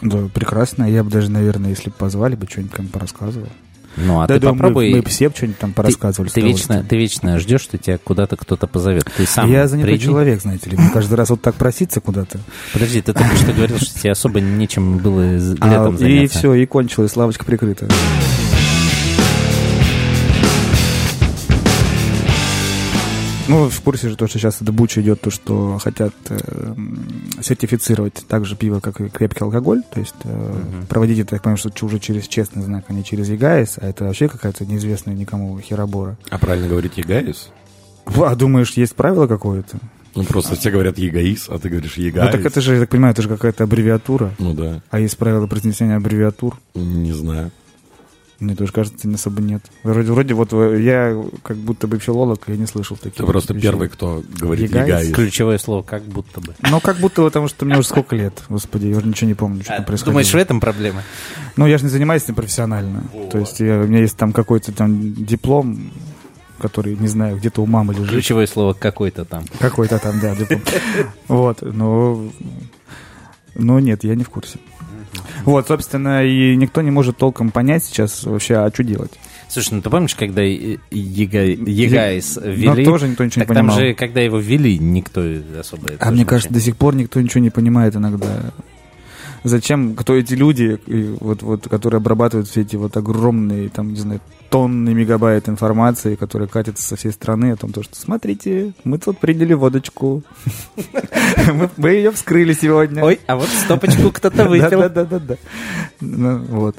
[SPEAKER 2] Да, прекрасно. Я бы даже, наверное, если бы позвали бы, что-нибудь там порассказывал.
[SPEAKER 1] Ну, а ты
[SPEAKER 2] думаю,
[SPEAKER 1] попробуй...
[SPEAKER 2] Мы, мы все что-нибудь там порассказывали. с
[SPEAKER 1] Ты вечно,
[SPEAKER 2] удовольствием.
[SPEAKER 1] ты вечно ждешь, что тебя куда-то кто-то позовет. Ты сам
[SPEAKER 2] Я занятой
[SPEAKER 1] приди.
[SPEAKER 2] человек, знаете ли. Мне каждый раз вот так проситься куда-то.
[SPEAKER 1] Подожди, ты только что говорил, что тебе особо нечем было з-
[SPEAKER 2] А,
[SPEAKER 1] летом заняться.
[SPEAKER 2] и все, и кончилось, лавочка прикрыта. Ну, в курсе же то, что сейчас это буча идет, то, что хотят э, м, сертифицировать также пиво, как и крепкий алкоголь. То есть э, проводить это, я так понимаю, что ч- уже через честный знак, а не через ЕГАИС, а это вообще какая-то неизвестная никому херобора.
[SPEAKER 3] А правильно говорить Егаис?
[SPEAKER 2] А думаешь, есть правило какое-то?
[SPEAKER 3] Ну, просто все говорят Егаис, а ты говоришь
[SPEAKER 2] Ну,
[SPEAKER 3] Егаис.
[SPEAKER 2] так это же, я так понимаю, это же какая-то аббревиатура.
[SPEAKER 3] Ну да,
[SPEAKER 2] А есть правила произнесения аббревиатур?
[SPEAKER 3] не знаю.
[SPEAKER 2] Мне тоже кажется, не особо нет. Вроде, вроде вот э, я как будто бы филолог, я не слышал таких.
[SPEAKER 3] Ты просто
[SPEAKER 2] вещей.
[SPEAKER 3] первый, кто говорит
[SPEAKER 2] Егаис?
[SPEAKER 3] Егаис.
[SPEAKER 1] Ключевое слово как будто бы.
[SPEAKER 2] Ну, как будто потому, что мне уже сколько лет, господи, я уже ничего не помню, что там происходило.
[SPEAKER 1] А, думаешь, в этом проблема?
[SPEAKER 2] Ну, я же не занимаюсь этим профессионально. То есть я- у меня есть там какой-то там диплом, который, не знаю, где-то у мамы лежит.
[SPEAKER 1] Ключевое слово какой-то там.
[SPEAKER 2] Какой-то там, да, диплом. Вот, но... Но нет, я не в курсе. Вот, собственно, и никто не может толком понять сейчас вообще, а что делать.
[SPEAKER 1] Слушай, ну ты помнишь, когда э, Ега- Егаис
[SPEAKER 2] Но
[SPEAKER 1] ввели?
[SPEAKER 2] тоже никто ничего
[SPEAKER 1] так
[SPEAKER 2] не
[SPEAKER 1] там
[SPEAKER 2] понимал.
[SPEAKER 1] же, когда его ввели, никто особо...
[SPEAKER 2] А
[SPEAKER 1] тоже
[SPEAKER 2] мне
[SPEAKER 1] не
[SPEAKER 2] кажется, до сих пор никто ничего не понимает иногда. Зачем, кто эти люди, и вот, вот, которые обрабатывают все эти вот огромные, там, не знаю, тонны мегабайт информации, которые катятся со всей страны о том, то, что смотрите, мы тут приняли водочку. Мы- Мы ее вскрыли сегодня.
[SPEAKER 1] Ой, а вот стопочку кто-то выпил.
[SPEAKER 2] Да-да-да-да. Ну, вот.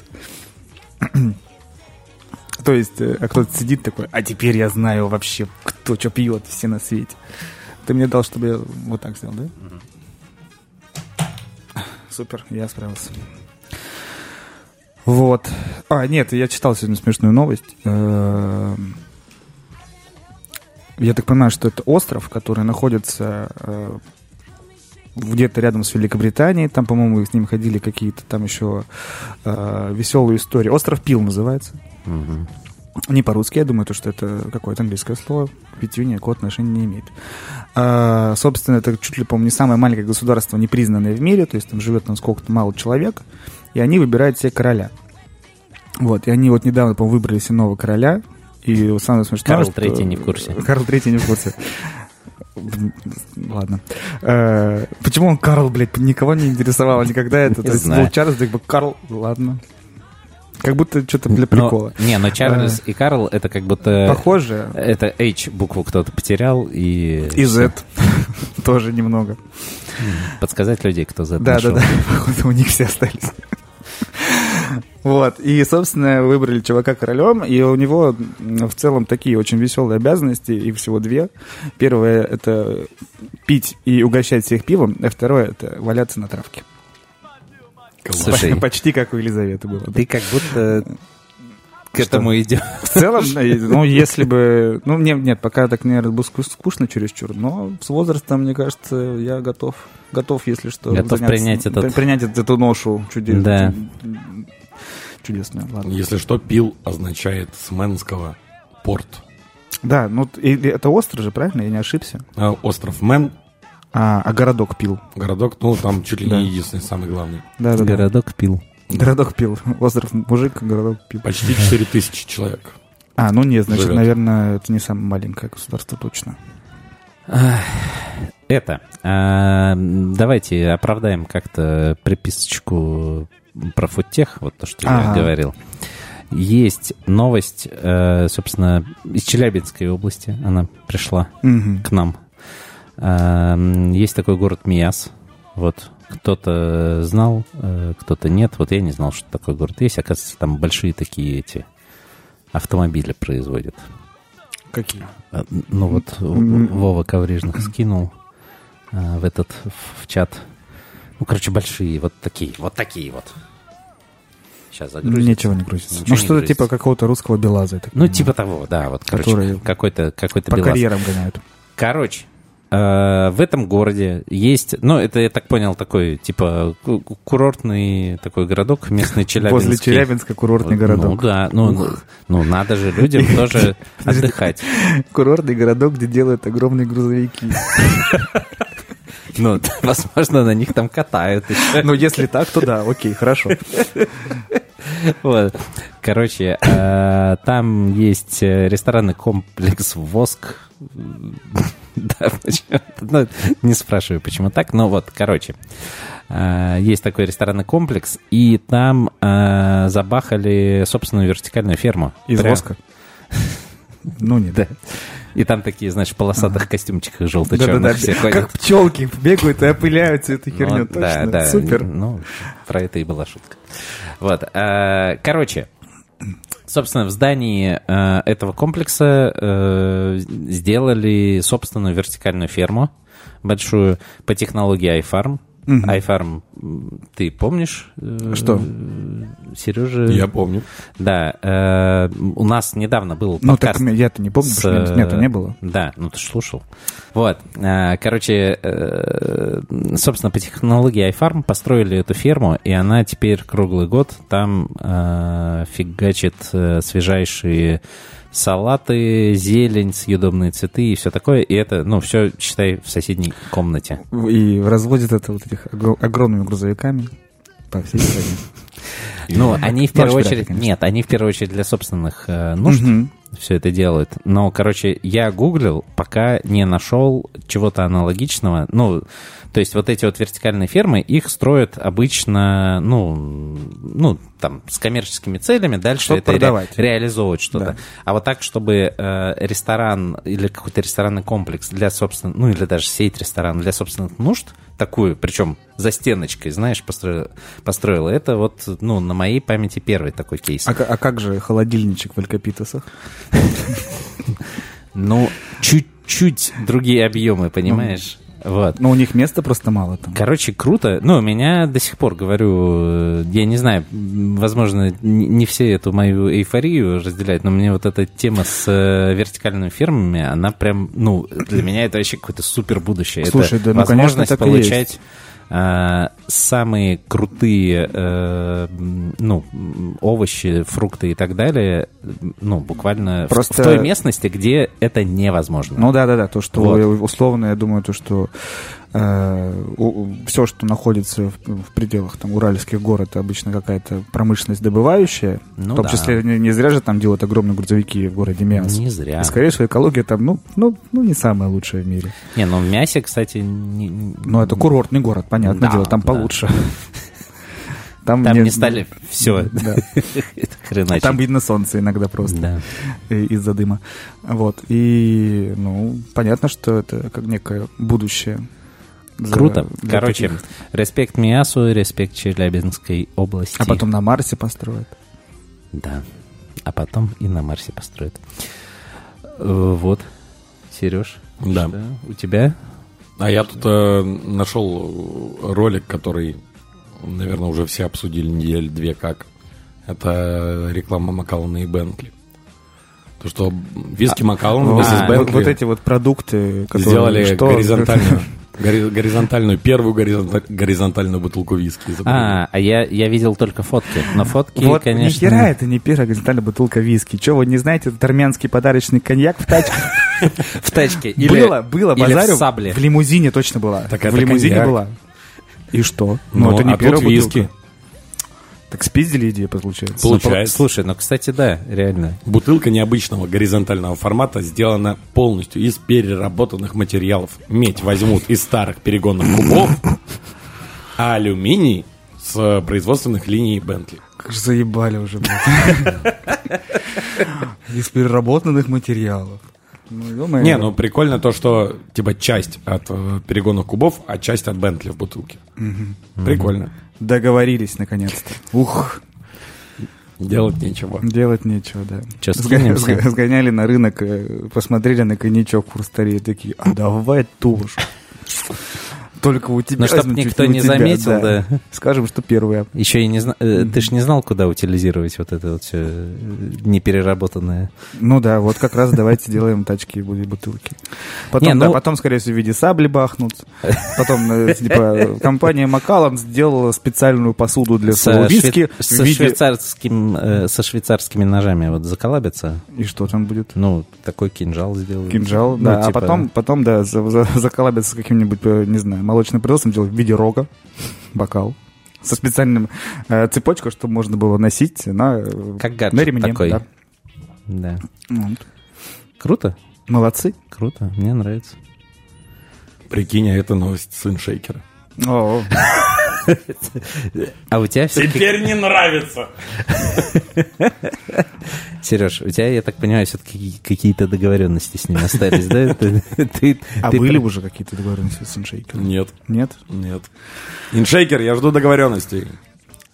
[SPEAKER 2] То есть, э, а кто-то сидит такой, а теперь я знаю вообще, кто что пьет все на свете. Ты мне дал, чтобы я вот так сделал, да? Супер, я справился. Вот. А, нет, я читал сегодня смешную новость. Эм, Я так понимаю, что это остров, который находится э, где-то рядом с Великобританией. Там, по-моему, с ним ходили какие-то там еще э, веселые истории. Остров Пил называется.
[SPEAKER 1] Мгм.
[SPEAKER 2] Не по-русски, я думаю, то, что это какое-то английское слово. К питью никакого отношения не имеет. А, собственно, это чуть ли, по-моему, не самое маленькое государство, не признанное в мире. То есть там живет там сколько-то мало человек. И они выбирают себе короля. Вот, и они вот недавно, по-моему, выбрали себе нового короля. И вот самое смешное,
[SPEAKER 1] Карл
[SPEAKER 2] что-
[SPEAKER 1] Третий не в курсе.
[SPEAKER 2] Карл Третий не в курсе. Ладно. Э, Почему он Карл, блядь, никого не интересовало никогда это?
[SPEAKER 1] Не
[SPEAKER 2] То есть
[SPEAKER 1] знаю.
[SPEAKER 2] был Чарльз, так бы Карл, ладно. Как будто что-то для
[SPEAKER 1] Но- э,
[SPEAKER 2] прикола.
[SPEAKER 1] не, но Чарльз и Карл это как будто...
[SPEAKER 2] Похоже,
[SPEAKER 1] Это H букву кто-то потерял и...
[SPEAKER 2] и Z тоже немного.
[SPEAKER 1] Подсказать людей, кто за это
[SPEAKER 2] Да, да,
[SPEAKER 1] нашел.
[SPEAKER 2] да. Походу, у них все остались. Вот, и, собственно, выбрали чувака королем, и у него м, в целом такие очень веселые обязанности, и всего две. Первое — это пить и угощать всех пивом, а второе — это валяться на травке.
[SPEAKER 1] Слушай,
[SPEAKER 2] Почти как у Елизаветы было. да.
[SPEAKER 1] ты как будто к этому идешь.
[SPEAKER 2] В целом, э, ну, если бы... Ну, мне, нет, пока так, наверное, было ску- скучно чересчур, но с возрастом, мне кажется, я готов. Готов, если что.
[SPEAKER 1] Готов принять этот-
[SPEAKER 2] при- Принять эту, эту ношу чудесную.
[SPEAKER 1] Да.
[SPEAKER 2] Чудесную, ладно.
[SPEAKER 3] Если что, пил означает с мэнского порт.
[SPEAKER 2] Да, ну, т- и- и это остров же, правильно? Я не ошибся.
[SPEAKER 3] А остров Мэн,
[SPEAKER 2] А, а городок пил.
[SPEAKER 3] городок, ну, там чуть ли
[SPEAKER 2] Да.
[SPEAKER 3] не единственный, самый главный.
[SPEAKER 2] Да, да, да.
[SPEAKER 1] Городок пил.
[SPEAKER 2] Городок пил. Остров мужик, городок пил.
[SPEAKER 3] Почти 4000 человек.
[SPEAKER 2] А, ну нет, значит,
[SPEAKER 3] Живет.
[SPEAKER 2] наверное, это не самое маленькое государство точно.
[SPEAKER 1] Это. а, давайте оправдаем как-то приписочку про фудтех, вот то, что я
[SPEAKER 2] Ага.
[SPEAKER 1] говорил. Есть новость, э, собственно, из Челябинской области она пришла
[SPEAKER 2] Мгм.
[SPEAKER 1] к нам. А, м, Есть такой город Мияс. Вот кто-то знал, э, кто-то нет. Вот я не знал, что такой город есть. Оказывается, там большие такие эти автомобили производят.
[SPEAKER 2] Какие?
[SPEAKER 1] А, Ну вот
[SPEAKER 2] М.
[SPEAKER 1] Вова Коврижных скинул а, в этот в в чат. Ну, короче, большие, вот такие, вот такие вот. Сейчас загрузим.
[SPEAKER 2] Ничего не грузится.
[SPEAKER 1] Ничего
[SPEAKER 2] ну,
[SPEAKER 1] не
[SPEAKER 2] что-то
[SPEAKER 1] грузится.
[SPEAKER 2] типа какого-то русского Белаза. я так
[SPEAKER 1] Ну,
[SPEAKER 2] понимаю.
[SPEAKER 1] типа того, да, вот, короче,
[SPEAKER 2] Которые
[SPEAKER 1] какой-то какой-то
[SPEAKER 2] По
[SPEAKER 1] белаз.
[SPEAKER 2] карьерам гоняют.
[SPEAKER 1] Короче, э, в этом городе есть, ну, это, я так понял, такой, типа, ку- курортный такой городок, местный Челябинский.
[SPEAKER 2] Возле Челябинска курортный
[SPEAKER 1] Ну,
[SPEAKER 2] городок.
[SPEAKER 1] да, ну, ну, ну, надо же людям тоже отдыхать.
[SPEAKER 2] Курортный городок, где делают огромные грузовики.
[SPEAKER 1] Ну, возможно, на них там катают еще.
[SPEAKER 2] Ну, если так, то да, окей, хорошо.
[SPEAKER 1] Вот. Короче, э, там есть э, ресторанный комплекс «Воск». Да, ну, не спрашиваю, почему так, но вот, короче, э, есть такой ресторанный комплекс, и там э, забахали собственную вертикальную ферму.
[SPEAKER 2] Из воска? Ну, не
[SPEAKER 1] да. И там такие, значит, в полосатых костюмчиках желто-черных
[SPEAKER 2] Да-да-да,
[SPEAKER 1] все ходят.
[SPEAKER 2] Как пчелки бегают и опыляются этой
[SPEAKER 1] Ну,
[SPEAKER 2] херню.
[SPEAKER 1] Да,
[SPEAKER 2] Точно,
[SPEAKER 1] да.
[SPEAKER 2] супер.
[SPEAKER 1] Ну, про это и была шутка. Вот. а, Короче, собственно, в здании а, этого комплекса э, сделали собственную вертикальную ферму большую по технологии iFarm. iFarm, м, ты помнишь? э,
[SPEAKER 2] Что? Ну,
[SPEAKER 1] Сережа?
[SPEAKER 3] Я помню.
[SPEAKER 1] Да. э, У нас недавно был
[SPEAKER 2] Ну, так
[SPEAKER 1] подкаст
[SPEAKER 2] мне- я-то не помню,
[SPEAKER 1] с,
[SPEAKER 2] потому что меня то
[SPEAKER 1] э,
[SPEAKER 2] а не было.
[SPEAKER 1] Да, ну ты ж слушал. Вот, э, короче, э, собственно, по технологии iFarm построили эту ферму, и она теперь круглый год там э, фигачит э, свежайшие салаты, зелень, съедобные цветы и все такое. И это, ну, все, считай, в соседней комнате.
[SPEAKER 2] И разводят это вот этих огро- огромными грузовиками по всей стране.
[SPEAKER 1] Ну, они в первую
[SPEAKER 2] Ночь пирата,
[SPEAKER 1] очередь...
[SPEAKER 2] конечно.
[SPEAKER 1] Нет, они в первую очередь для собственных э, нужд
[SPEAKER 2] Мгм.
[SPEAKER 1] все это делают. Но, короче, я гуглил, пока не нашел чего-то аналогичного. Ну, то есть вот эти вот вертикальные фермы, их строят обычно, ну, ну там, с коммерческими целями. Дальше
[SPEAKER 2] Чтоб
[SPEAKER 1] это ре-
[SPEAKER 2] продавать.
[SPEAKER 1] реализовывать что-то.
[SPEAKER 2] Да.
[SPEAKER 1] А вот так, чтобы э, ресторан или какой-то ресторанный комплекс для собственных, ну или даже сеть ресторан для собственных нужд, такую, причем за стеночкой, знаешь, построила, построила. это вот, ну, на моей памяти первый такой кейс.
[SPEAKER 2] А, ка- а как же холодильничек в Алькапитасах?
[SPEAKER 1] Ну, чуть-чуть другие объемы, понимаешь? Ну, Вот.
[SPEAKER 2] Но Ну, у них места просто мало там.
[SPEAKER 1] Короче, круто. Ну, меня до сих пор, говорю, э, я не знаю, м, возможно, н- не все эту мою эйфорию разделяют, но мне вот эта тема с э, вертикальными фермами, она прям, ну, для меня это вообще какое-то супер будущее.
[SPEAKER 2] Слушай,
[SPEAKER 1] это
[SPEAKER 2] да, ну, конечно,
[SPEAKER 1] возможность
[SPEAKER 2] так и
[SPEAKER 1] получать а, самые крутые, э, м, ну, м, овощи, фрукты и так далее, м, ну, буквально в- в,
[SPEAKER 2] Просто-
[SPEAKER 1] той местности, где это невозможно.
[SPEAKER 2] Ну да, да, да. То, что
[SPEAKER 1] Вот.
[SPEAKER 2] э, условно, я думаю, то, что э, все, что находится в, в пределах там, уральских гор, это обычно какая-то промышленность добывающая.
[SPEAKER 1] Ну
[SPEAKER 2] в том
[SPEAKER 1] да.
[SPEAKER 2] числе не, не зря же там делают огромные грузовики в городе Миас.
[SPEAKER 1] Не зря.
[SPEAKER 2] И, скорее всего, экология там, ну, ну, ну, не самая лучшая в мире.
[SPEAKER 1] Не, ну в мясе, кстати, не- не-
[SPEAKER 2] Но это курортный город, понятное
[SPEAKER 1] Да,
[SPEAKER 2] дело, там
[SPEAKER 1] да.
[SPEAKER 2] получше.
[SPEAKER 1] там не стали все
[SPEAKER 2] Да.
[SPEAKER 1] это хреначить.
[SPEAKER 2] Там видно солнце иногда просто.
[SPEAKER 1] Да.
[SPEAKER 2] и- из-за дыма. Вот. И, ну, понятно, что это как некое будущее. за-
[SPEAKER 1] Круто.
[SPEAKER 2] для
[SPEAKER 1] Короче,
[SPEAKER 2] таких.
[SPEAKER 1] респект Миасу, респект Челябинской области.
[SPEAKER 2] А потом на Марсе построят.
[SPEAKER 1] Да. А потом и на Марсе построят. Э, Вот. Сереж,
[SPEAKER 3] Да.
[SPEAKER 1] у тебя?
[SPEAKER 3] А я тут э, нашел ролик, который, наверное, уже все обсудили недели две как. Это реклама Макалана и Бентли. То, что виски Макалан
[SPEAKER 2] Вот-
[SPEAKER 3] вместе с
[SPEAKER 1] а,
[SPEAKER 2] ну, вот,
[SPEAKER 3] Бентли
[SPEAKER 2] вот эти вот продукты, которые...
[SPEAKER 3] сделали
[SPEAKER 2] что-
[SPEAKER 3] горизонтальную, гори- горизонтальную, первую горизонта- горизонтальную бутылку виски. изобрели.
[SPEAKER 1] А, а я, я видел только фотки. Но фотки,
[SPEAKER 2] Вот
[SPEAKER 1] конечно...
[SPEAKER 2] ни хера это не первая горизонтальная бутылка виски. Че, вы не знаете, этот армянский подарочный коньяк в тачке?
[SPEAKER 1] В тачке. Или,
[SPEAKER 2] было, было,
[SPEAKER 1] или
[SPEAKER 2] базарю.
[SPEAKER 1] в сабле.
[SPEAKER 2] В лимузине точно была.
[SPEAKER 3] Так
[SPEAKER 2] в
[SPEAKER 3] это
[SPEAKER 2] лимузине
[SPEAKER 3] коньяк.
[SPEAKER 2] была. И что?
[SPEAKER 3] Ну,
[SPEAKER 2] Ну, это не
[SPEAKER 3] а
[SPEAKER 2] первая
[SPEAKER 3] тут виски.
[SPEAKER 2] бутылка. Так спиздили идею, получается.
[SPEAKER 3] Получается.
[SPEAKER 1] Слушай, ну, кстати, да, реально.
[SPEAKER 3] Бутылка необычного горизонтального формата сделана полностью из переработанных материалов. Медь возьмут из старых перегонных кубов, а алюминий с э, производственных линий Бентли.
[SPEAKER 2] Как же заебали уже, блядь. Из переработанных материалов. Ну, ё-моё.
[SPEAKER 3] Не, ну прикольно то, что типа часть от э, перегонных кубов, а часть от Бентли в бутылке. Прикольно.
[SPEAKER 2] Договорились, наконец-то. Ух,
[SPEAKER 3] Делать нечего.
[SPEAKER 2] делать нечего, да.
[SPEAKER 1] Чё,
[SPEAKER 2] Сгоня-
[SPEAKER 1] скинемся?
[SPEAKER 2] сго- Сгоняли на рынок, э, посмотрели на коньячок курс старее, такие, а давай тоже. Только у тебя.
[SPEAKER 1] Ну, чтоб
[SPEAKER 2] значит,
[SPEAKER 1] никто
[SPEAKER 2] у
[SPEAKER 1] не
[SPEAKER 2] тебя,
[SPEAKER 1] заметил, да.
[SPEAKER 2] Скажем, что первое.
[SPEAKER 1] Еще и не зна... э, Ты ж не знал, куда утилизировать вот это вот все непереработанное.
[SPEAKER 2] Ну да, вот как раз давайте сделаем тачки и будут бутылки. Потом,
[SPEAKER 1] Не,
[SPEAKER 2] да,
[SPEAKER 1] ну-
[SPEAKER 2] потом, скорее всего, в виде сабли бахнут. Потом, э, типа, компания Макалан сделала специальную посуду для своего
[SPEAKER 1] Со,
[SPEAKER 2] виски.
[SPEAKER 1] шве-
[SPEAKER 2] в
[SPEAKER 1] со,
[SPEAKER 2] виде-
[SPEAKER 1] швейцарским, э, со швейцарскими ножами вот заколабятся.
[SPEAKER 2] И что там будет?
[SPEAKER 1] Ну, такой кинжал сделают.
[SPEAKER 2] Кинжал,
[SPEAKER 1] Ну,
[SPEAKER 2] да. А
[SPEAKER 1] типа,
[SPEAKER 2] потом, потом, да, за- за- заколабятся с каким-нибудь, э, не знаю, молочным производством, делают в виде рога, бокал. со специальным э, цепочкой, чтобы можно было носить на, э,
[SPEAKER 1] Как
[SPEAKER 2] на
[SPEAKER 1] гаджет
[SPEAKER 2] ремне.
[SPEAKER 1] такой.
[SPEAKER 2] да.
[SPEAKER 1] Да.
[SPEAKER 2] Вот.
[SPEAKER 1] Круто,
[SPEAKER 2] Молодцы.
[SPEAKER 1] круто, мне нравится.
[SPEAKER 3] Прикинь, а это новость сын шейкера.
[SPEAKER 2] О,
[SPEAKER 1] А у тебя все-таки,
[SPEAKER 3] Теперь не нравится.
[SPEAKER 1] Сереж, у тебя, я так понимаю, все-таки какие-то договоренности с ним остались, да? Ты- ты-
[SPEAKER 2] А
[SPEAKER 1] ты-
[SPEAKER 2] были уже какие-то договоренности с иншейкером?
[SPEAKER 3] Нет,
[SPEAKER 2] Нет?
[SPEAKER 3] нет. Иншейкер, я жду договоренностей.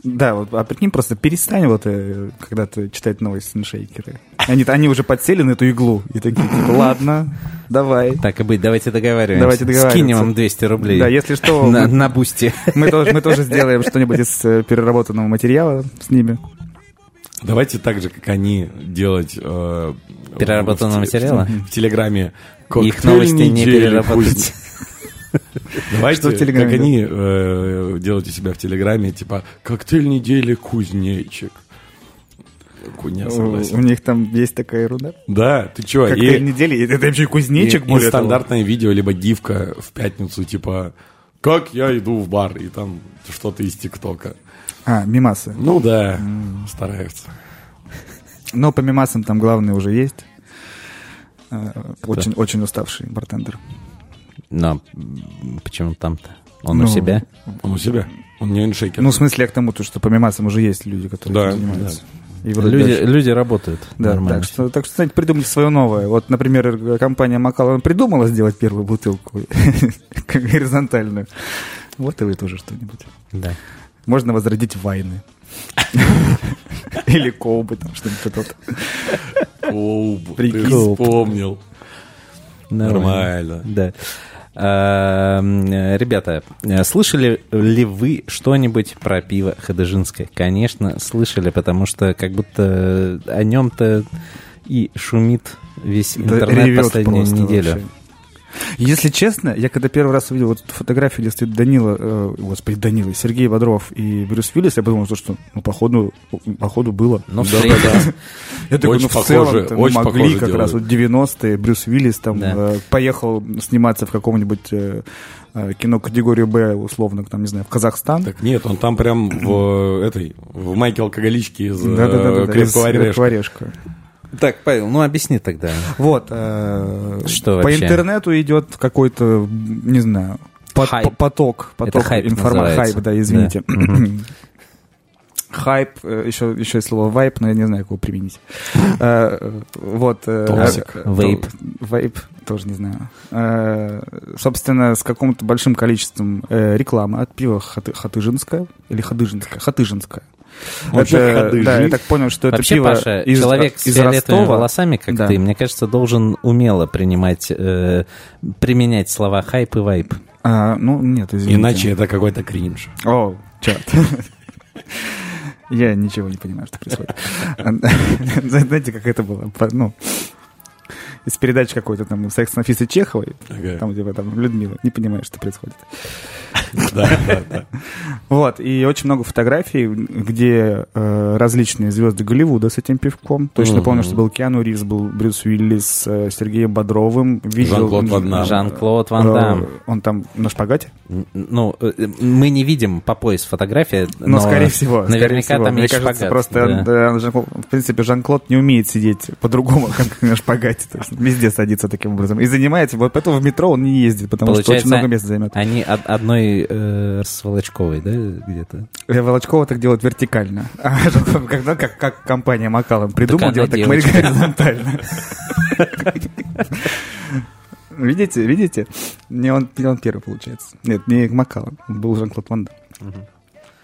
[SPEAKER 2] Да, вот, а прикинь, просто перестань вот, э, когда ты читать новости иншейкеры. Они, они уже подсели на эту иглу и такие, типа, ладно, давай.
[SPEAKER 1] Так и быть, давайте договариваемся.
[SPEAKER 2] Давайте договариваться.
[SPEAKER 1] Скинем вам 200 рублей.
[SPEAKER 2] Да, если что,
[SPEAKER 1] на,
[SPEAKER 2] мы-
[SPEAKER 1] на бусте.
[SPEAKER 2] мы тоже, мы тоже сделаем что-нибудь из э, переработанного материала с ними.
[SPEAKER 3] Давайте так же, как они, делать... э,
[SPEAKER 1] Переработанного
[SPEAKER 3] в- в-
[SPEAKER 1] материала?
[SPEAKER 3] В Телеграме.
[SPEAKER 1] Их новости не
[SPEAKER 3] коктейльники или
[SPEAKER 1] переработать.
[SPEAKER 3] кузни- Давайте,
[SPEAKER 2] Что в Телеграме
[SPEAKER 3] как они, э, делать у себя в Телеграме, типа, коктейль недели кузнечик. Куня,
[SPEAKER 2] У
[SPEAKER 3] согласен.
[SPEAKER 2] них там есть такая ерунда.
[SPEAKER 3] Да, ты чё,
[SPEAKER 2] Как
[SPEAKER 3] и-
[SPEAKER 2] ты недели, и это еще и
[SPEAKER 3] И-
[SPEAKER 2] кузнечик
[SPEAKER 3] и
[SPEAKER 2] более того.
[SPEAKER 3] стандартное видео, либо гифка в пятницу, типа «Как я иду в бар», и там что-то из ТикТока.
[SPEAKER 2] А, мимасы.
[SPEAKER 3] Ну да, стараются.
[SPEAKER 2] Но по мимасам там главный уже есть. Э, Очень, очень уставший бартендер.
[SPEAKER 1] Но м, почему там-то? Он у
[SPEAKER 2] Ну,
[SPEAKER 1] себя?
[SPEAKER 3] Он у себя? Он не иншейкер?
[SPEAKER 2] Ну, в смысле, я к тому, то, что по мимасам уже есть люди, которые
[SPEAKER 3] Да,
[SPEAKER 2] этим занимаются. И вроде
[SPEAKER 1] Люди,
[SPEAKER 2] даже-
[SPEAKER 1] люди работают
[SPEAKER 2] Да,
[SPEAKER 1] нормально.
[SPEAKER 2] так что, так что, знаете, придумайте свое новое. Вот, например, компания Макалан придумала сделать первую бутылку как горизонтальную. Вот и вы тоже что-нибудь.
[SPEAKER 1] Да.
[SPEAKER 2] Можно возродить вайны. Или колбы, там что-нибудь то
[SPEAKER 3] Оу, ты
[SPEAKER 2] Прикинь.
[SPEAKER 3] вспомнил.
[SPEAKER 1] Нормально.
[SPEAKER 3] Нормально.
[SPEAKER 1] Да. А, м, э, Ребята, э, слышали ли вы что-нибудь про пиво Хадыжинское? Конечно, слышали, потому что как будто о нем-то и шумит весь интернет последнюю неделю.
[SPEAKER 2] Если честно, я когда первый раз увидел вот эту фотографию, где стоит Данила, э, господи, Данила, Сергей Бодров и Брюс Уиллис, я подумал, что, ну, походу, походу было.
[SPEAKER 1] Ну, встретились.
[SPEAKER 2] Я такой,
[SPEAKER 3] Очень
[SPEAKER 2] ну, в
[SPEAKER 3] похоже,
[SPEAKER 2] целом-то, ну,
[SPEAKER 3] очень
[SPEAKER 2] могли
[SPEAKER 3] похоже
[SPEAKER 2] как раз вот
[SPEAKER 3] делают.
[SPEAKER 2] 90-е, Брюс Уиллис там
[SPEAKER 1] Да.
[SPEAKER 2] э, поехал сниматься в каком-нибудь э, э, кино категорию Б, условно, там, не знаю, в Казахстан.
[SPEAKER 3] Так нет, он там прям в э, этой, в майке алкоголички из э,
[SPEAKER 2] Да-да-да-да, из
[SPEAKER 3] крепкого орешка.
[SPEAKER 2] «Крепкого орешка».
[SPEAKER 1] Так, Павел, ну объясни тогда.
[SPEAKER 2] Вот. э,
[SPEAKER 1] Что
[SPEAKER 2] По
[SPEAKER 1] вообще?
[SPEAKER 2] интернету идет какой-то, не знаю, по-
[SPEAKER 1] Хайп.
[SPEAKER 2] по- поток. Поток
[SPEAKER 1] хайп
[SPEAKER 2] информации.
[SPEAKER 1] называется.
[SPEAKER 2] Хайп, да, извините. Хайп, э, еще, еще есть слово вайп, но я не знаю, как его применить. Э, э, Вот. э,
[SPEAKER 3] Токсик.
[SPEAKER 2] э,
[SPEAKER 1] Вейп.
[SPEAKER 2] то- Вейп, тоже не знаю. Э, Собственно, с каким-то большим количеством э, рекламы от пива Хаты- Хатыжинская или Хадыжинская? Хатыжинская.
[SPEAKER 3] Вообще
[SPEAKER 2] Это- Да, я
[SPEAKER 3] Хадыжи.
[SPEAKER 2] так понял, что это
[SPEAKER 1] Вообще,
[SPEAKER 2] пиво
[SPEAKER 1] Паша,
[SPEAKER 2] из-
[SPEAKER 1] человек с
[SPEAKER 2] из
[SPEAKER 1] фиолетовыми
[SPEAKER 2] Ростова.
[SPEAKER 1] волосами, как
[SPEAKER 2] Да.
[SPEAKER 1] ты, мне кажется, должен умело принимать, э, применять слова хайп и вайп.
[SPEAKER 2] А, ну, нет, извините.
[SPEAKER 3] Иначе это какой-то кринж.
[SPEAKER 2] О, черт. Я ничего не понимаю, что происходит. Знаете, как это было? По- Ну, из передачи какой-то там «Секс с Нафисой Чеховой»,
[SPEAKER 3] Ага.
[SPEAKER 2] там, типа, там, Людмила, не понимаешь, что происходит.
[SPEAKER 3] Да, да, да.
[SPEAKER 2] Вот, и очень много фотографий, где э, различные звезды Голливуда с этим пивком. Точно
[SPEAKER 3] Мгм.
[SPEAKER 2] помню, что был Киану Ривз, был Брюс Уиллис, с Сергеем Бодровым. Видел-
[SPEAKER 3] Жан-Клод Ван Дам.
[SPEAKER 1] Жан-Клод Ван Дам.
[SPEAKER 2] Э, Он там на шпагате?
[SPEAKER 1] Н- Ну, э, э, мы не видим по пояс фотографии,
[SPEAKER 2] Ну, скорее всего. скорее
[SPEAKER 1] наверняка
[SPEAKER 2] всего.
[SPEAKER 1] там
[SPEAKER 2] Мне
[SPEAKER 1] есть
[SPEAKER 2] кажется,
[SPEAKER 1] шпагат,
[SPEAKER 2] просто,
[SPEAKER 1] да.
[SPEAKER 2] да, Жан-Клод- в принципе, Жан-Клод не умеет сидеть по-другому, как на шпагате. То есть везде садится таким образом. И занимается. Вот поэтому в метро он не ездит, потому
[SPEAKER 1] Получается,
[SPEAKER 2] что очень много места займет.
[SPEAKER 1] они од- одной э, с Волочковой, да, где-то?
[SPEAKER 2] Э, Волочкова так делает вертикально. А Жан-Клод, когда как, как компания Макалом придумала
[SPEAKER 1] она
[SPEAKER 2] делать, так мы
[SPEAKER 1] девочка.
[SPEAKER 2] горизонтально. Видите, видите? Не он, не он первый получается. Нет, не Макалом, был Жан-Клод Ван Дам.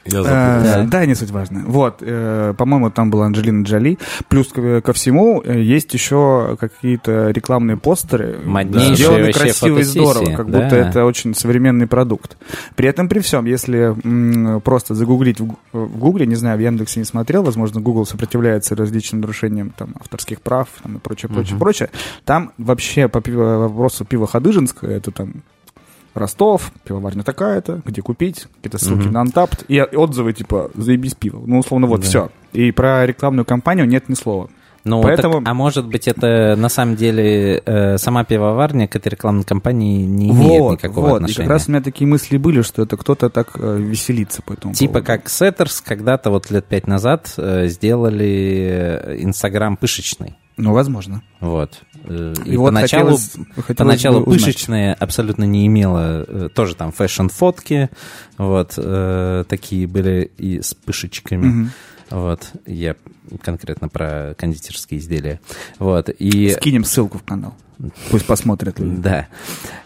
[SPEAKER 3] Я
[SPEAKER 2] Э,
[SPEAKER 3] запутался.
[SPEAKER 1] Да.
[SPEAKER 2] Да, не суть важно. Вот, э, по-моему, там была Анджелина Джоли. Плюс ко ко всему э, есть еще какие-то рекламные постеры.
[SPEAKER 1] Моднейшие
[SPEAKER 2] сделаны
[SPEAKER 1] вообще
[SPEAKER 2] красиво и здорово,
[SPEAKER 1] фотосессии,
[SPEAKER 2] как
[SPEAKER 1] да.
[SPEAKER 2] будто это очень современный продукт. При этом при всем, если м, просто загуглить в, гу- в Гугле, не знаю, в Яндексе не смотрел, возможно, Google сопротивляется различным нарушениям там, авторских прав там, и прочее, прочее, прочее. Там вообще по пиво- вопросу пива Ходыжинское, это там Ростов, пивоварня такая-то, где купить, какие-то ссылки
[SPEAKER 1] Мгм.
[SPEAKER 2] на Антапт, и отзывы типа «заебись пиво». Ну, условно, вот
[SPEAKER 1] Да.
[SPEAKER 2] все. И про рекламную кампанию нет ни слова.
[SPEAKER 1] Ну,
[SPEAKER 2] Поэтому-
[SPEAKER 1] так, а может быть, это на самом деле э, сама пивоварня к этой рекламной кампании не имеет
[SPEAKER 2] Вот,
[SPEAKER 1] никакого
[SPEAKER 2] вот. И
[SPEAKER 1] отношения.
[SPEAKER 2] как раз у меня такие мысли были, что это кто-то так э, веселится по этому
[SPEAKER 1] Типа
[SPEAKER 2] поводу.
[SPEAKER 1] как Сеттерс когда-то вот лет пять назад э, сделали э, Инстаграм пышечный.
[SPEAKER 2] Ну, возможно.
[SPEAKER 1] Вот. Э, И,
[SPEAKER 2] И вот
[SPEAKER 1] поначалу,
[SPEAKER 2] хотелось- хотелось
[SPEAKER 1] поначалу
[SPEAKER 2] бы узнать.
[SPEAKER 1] пышечная абсолютно не имела. э, Тоже там фэшн-фотки. Вот. э, такие были и с пышечками.
[SPEAKER 2] Мгм.
[SPEAKER 1] Вот. Я конкретно про кондитерские изделия. Вот. И...
[SPEAKER 2] Скинем ссылку в канал. Пусть посмотрят люди.
[SPEAKER 1] Да.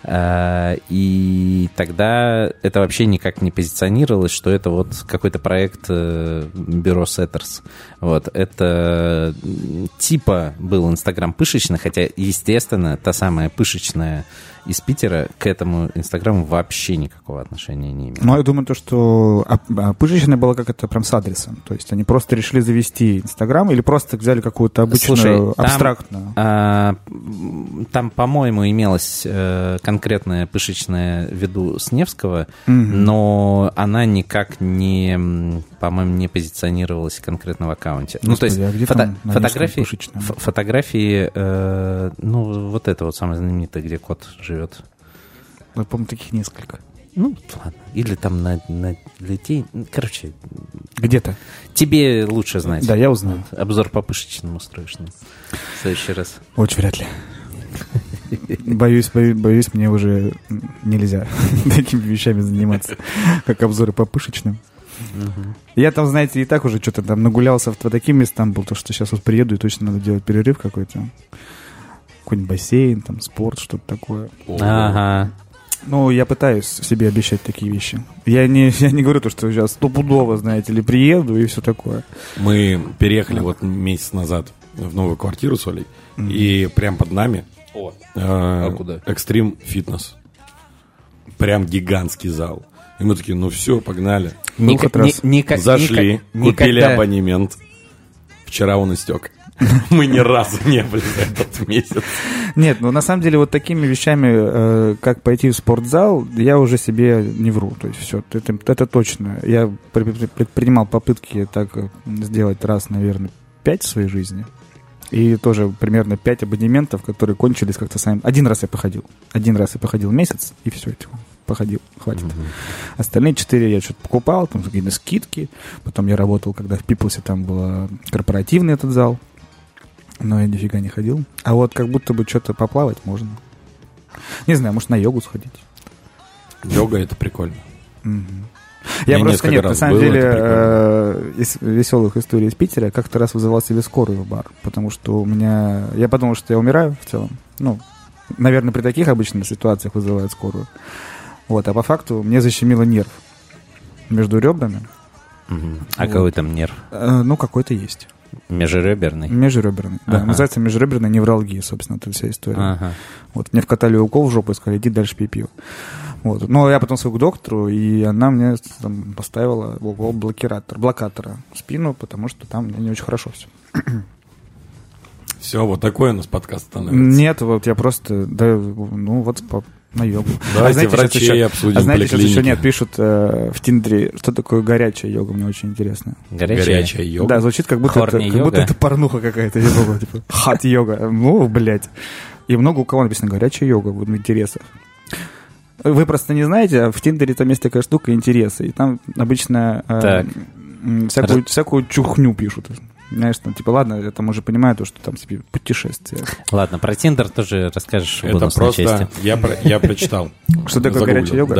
[SPEAKER 1] А, И тогда это вообще никак не позиционировалось, что это вот какой-то проект э, бюро Сеттерс. Вот. Это м, типа был Инстаграм пышечный, хотя, естественно, та самая пышечная из Питера к этому Инстаграму вообще никакого отношения не имеет.
[SPEAKER 2] Ну, я думаю, то, что а, а, пышечная была как это прям с адресом. То есть они просто решили завести Инстаграм или просто взяли какую-то обычную,
[SPEAKER 1] Слушай, там-
[SPEAKER 2] абстрактную.
[SPEAKER 1] А, м, там, по-моему, имелась э, конкретная пышечная в виду с Невского,
[SPEAKER 2] Мгм.
[SPEAKER 1] но она никак не, м, по-моему, не позиционировалась конкретно в аккаунте. ну, то
[SPEAKER 2] Господи,
[SPEAKER 1] есть
[SPEAKER 2] а где
[SPEAKER 1] фото-
[SPEAKER 2] там на Невском
[SPEAKER 1] фотографии,
[SPEAKER 2] пышечная?
[SPEAKER 1] ф- фотографии э, ну, вот это вот самое знаменитое, где кот живет.
[SPEAKER 2] Я помню, таких несколько.
[SPEAKER 1] Ну, ладно. Или там на, на летей. Ну, Короче,
[SPEAKER 2] Где-то.
[SPEAKER 1] тебе лучше знать.
[SPEAKER 2] Да, я узнаю.
[SPEAKER 1] Обзор по пышечному устроишь нам в следующий раз.
[SPEAKER 2] Очень вряд ли. Боюсь, боюсь, боюсь, мне уже нельзя такими вещами заниматься, как обзоры по пышечным. Я там, знаете, и так уже что-то там нагулялся в таким местам был, то, что сейчас вот приеду и точно надо делать перерыв какой-то. Какой-нибудь бассейн, там, спорт, что-то такое.
[SPEAKER 1] А, Ага.
[SPEAKER 2] Ну, я пытаюсь себе обещать такие вещи. Я не, я не говорю то, что сейчас стопудово, знаете ли, приеду и все такое.
[SPEAKER 3] Мы переехали вот месяц назад в новую квартиру с Олей. И прям под нами а
[SPEAKER 1] куда?
[SPEAKER 3] экстрим фитнес. Прям гигантский зал. И мы такие, ну все, погнали.
[SPEAKER 2] Ну,
[SPEAKER 1] Ника-
[SPEAKER 2] хоть раз.
[SPEAKER 1] ни- ника-
[SPEAKER 3] Зашли,
[SPEAKER 1] ника-
[SPEAKER 3] купили
[SPEAKER 1] никогда-
[SPEAKER 3] абонемент. Вчера он истек. Мы ни разу не были за этот месяц.
[SPEAKER 2] Нет, ну на самом деле вот такими вещами, э, как пойти в спортзал, я уже себе не вру. То есть все, это, это точно. Я пре- пре- предпринимал попытки так э, сделать раз, наверное, пять в своей жизни. И тоже примерно пять абонементов, которые кончились как-то сами. Один раз я походил. Один раз я походил месяц, и все, походил, хватит. Остальные четыре я что-то покупал, там какие-то скидки. Потом я работал, когда в Пиплсе там был корпоративный этот зал. Но я нифига не ходил. А вот как будто бы что-то поплавать можно. Не знаю, может, на йогу сходить.
[SPEAKER 3] Йога это прикольно.
[SPEAKER 2] Мгм.
[SPEAKER 3] Я
[SPEAKER 2] Я просто,
[SPEAKER 3] несколько
[SPEAKER 2] нет, на
[SPEAKER 3] раз
[SPEAKER 2] самом
[SPEAKER 3] был,
[SPEAKER 2] деле,
[SPEAKER 3] это
[SPEAKER 2] э, из веселых историй из Питера, как-то раз вызывал себе скорую в бар, потому что у меня... Я подумал, что я умираю в целом. Ну, наверное, при таких обычных ситуациях вызывают скорую. Вот, а по факту мне защемило нерв между ребрами.
[SPEAKER 1] Мгм. А
[SPEAKER 2] Вот.
[SPEAKER 1] какой там нерв?
[SPEAKER 2] Э, ну, какой-то есть.
[SPEAKER 1] Межреберный?
[SPEAKER 2] Межреберный. Да,
[SPEAKER 1] Ага.
[SPEAKER 2] называется межреберная невралгия, собственно, это вся история.
[SPEAKER 1] Ага.
[SPEAKER 2] Вот, мне вкатали укол в жопу и сказали, иди дальше пей пиво. Вот. Но я потом свою к доктору, и она мне там поставила укол блокиратор, блокатора в спину, потому что там мне не очень хорошо все.
[SPEAKER 3] Все, вот такой у нас подкаст становится.
[SPEAKER 2] Нет, вот я просто, да, ну вот по- А на йогу.
[SPEAKER 3] Давайте
[SPEAKER 2] сейчас
[SPEAKER 3] врачей
[SPEAKER 2] еще-
[SPEAKER 3] обсудим,
[SPEAKER 2] А знаете, сейчас еще
[SPEAKER 3] поликлиники.
[SPEAKER 2] нет, пишут э, в Тиндере, что такое горячая йога, мне очень интересно.
[SPEAKER 1] Горячая.
[SPEAKER 3] Горячая йога.
[SPEAKER 2] Да, звучит как будто, это,
[SPEAKER 1] Хорни
[SPEAKER 2] как будто
[SPEAKER 1] йога.
[SPEAKER 2] это порнуха какая-то. я думал, типа, Хат-йога. Ну, блядь. И много у кого написано горячая йога вот, в интересах. Вы просто не знаете, а в Тиндере там есть такая штука интересы. И там обычно э,
[SPEAKER 1] Так.
[SPEAKER 2] м, всякую, всякую чухню пишут. Знаешь, там, типа, ладно, я там уже понимаю то, что там себе путешествие.
[SPEAKER 1] Ладно, про Тиндер тоже расскажешь в
[SPEAKER 3] Это
[SPEAKER 1] бонусной
[SPEAKER 3] просто...
[SPEAKER 1] части.
[SPEAKER 3] Я, про- я прочитал.
[SPEAKER 2] Что такое
[SPEAKER 3] Загуглил.
[SPEAKER 2] горячая йога?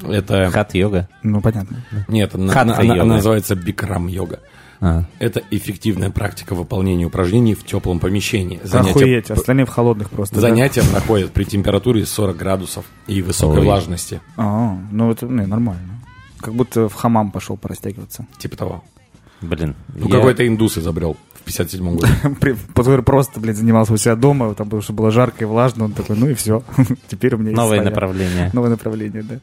[SPEAKER 3] Да. Это...
[SPEAKER 1] Хат-йога.
[SPEAKER 2] Ну, понятно.
[SPEAKER 3] Нет, она,
[SPEAKER 1] Хатха
[SPEAKER 3] она- она
[SPEAKER 1] йога.
[SPEAKER 3] называется бикрам-йога.
[SPEAKER 1] А.
[SPEAKER 3] Это эффективная практика выполнения упражнений в теплом помещении. Занятия,
[SPEAKER 2] Охуеть, остальные в холодных просто. да?
[SPEAKER 3] занятия проходят при температуре 40 градусов и высокой
[SPEAKER 1] Ой.
[SPEAKER 3] влажности.
[SPEAKER 2] А, ну, это не, нормально. Как будто в хамам пошел порастягиваться.
[SPEAKER 3] Типа того.
[SPEAKER 1] Блин.
[SPEAKER 3] Ну,
[SPEAKER 1] я-
[SPEAKER 3] какой-то индус изобрел в 57 году.
[SPEAKER 2] При- который просто, блядь, занимался у себя дома, там, потому что было жарко и влажно, он такой, ну и все, теперь у меня есть
[SPEAKER 1] Новое
[SPEAKER 2] своя.
[SPEAKER 1] направление. Ну.
[SPEAKER 2] Новое направление, да.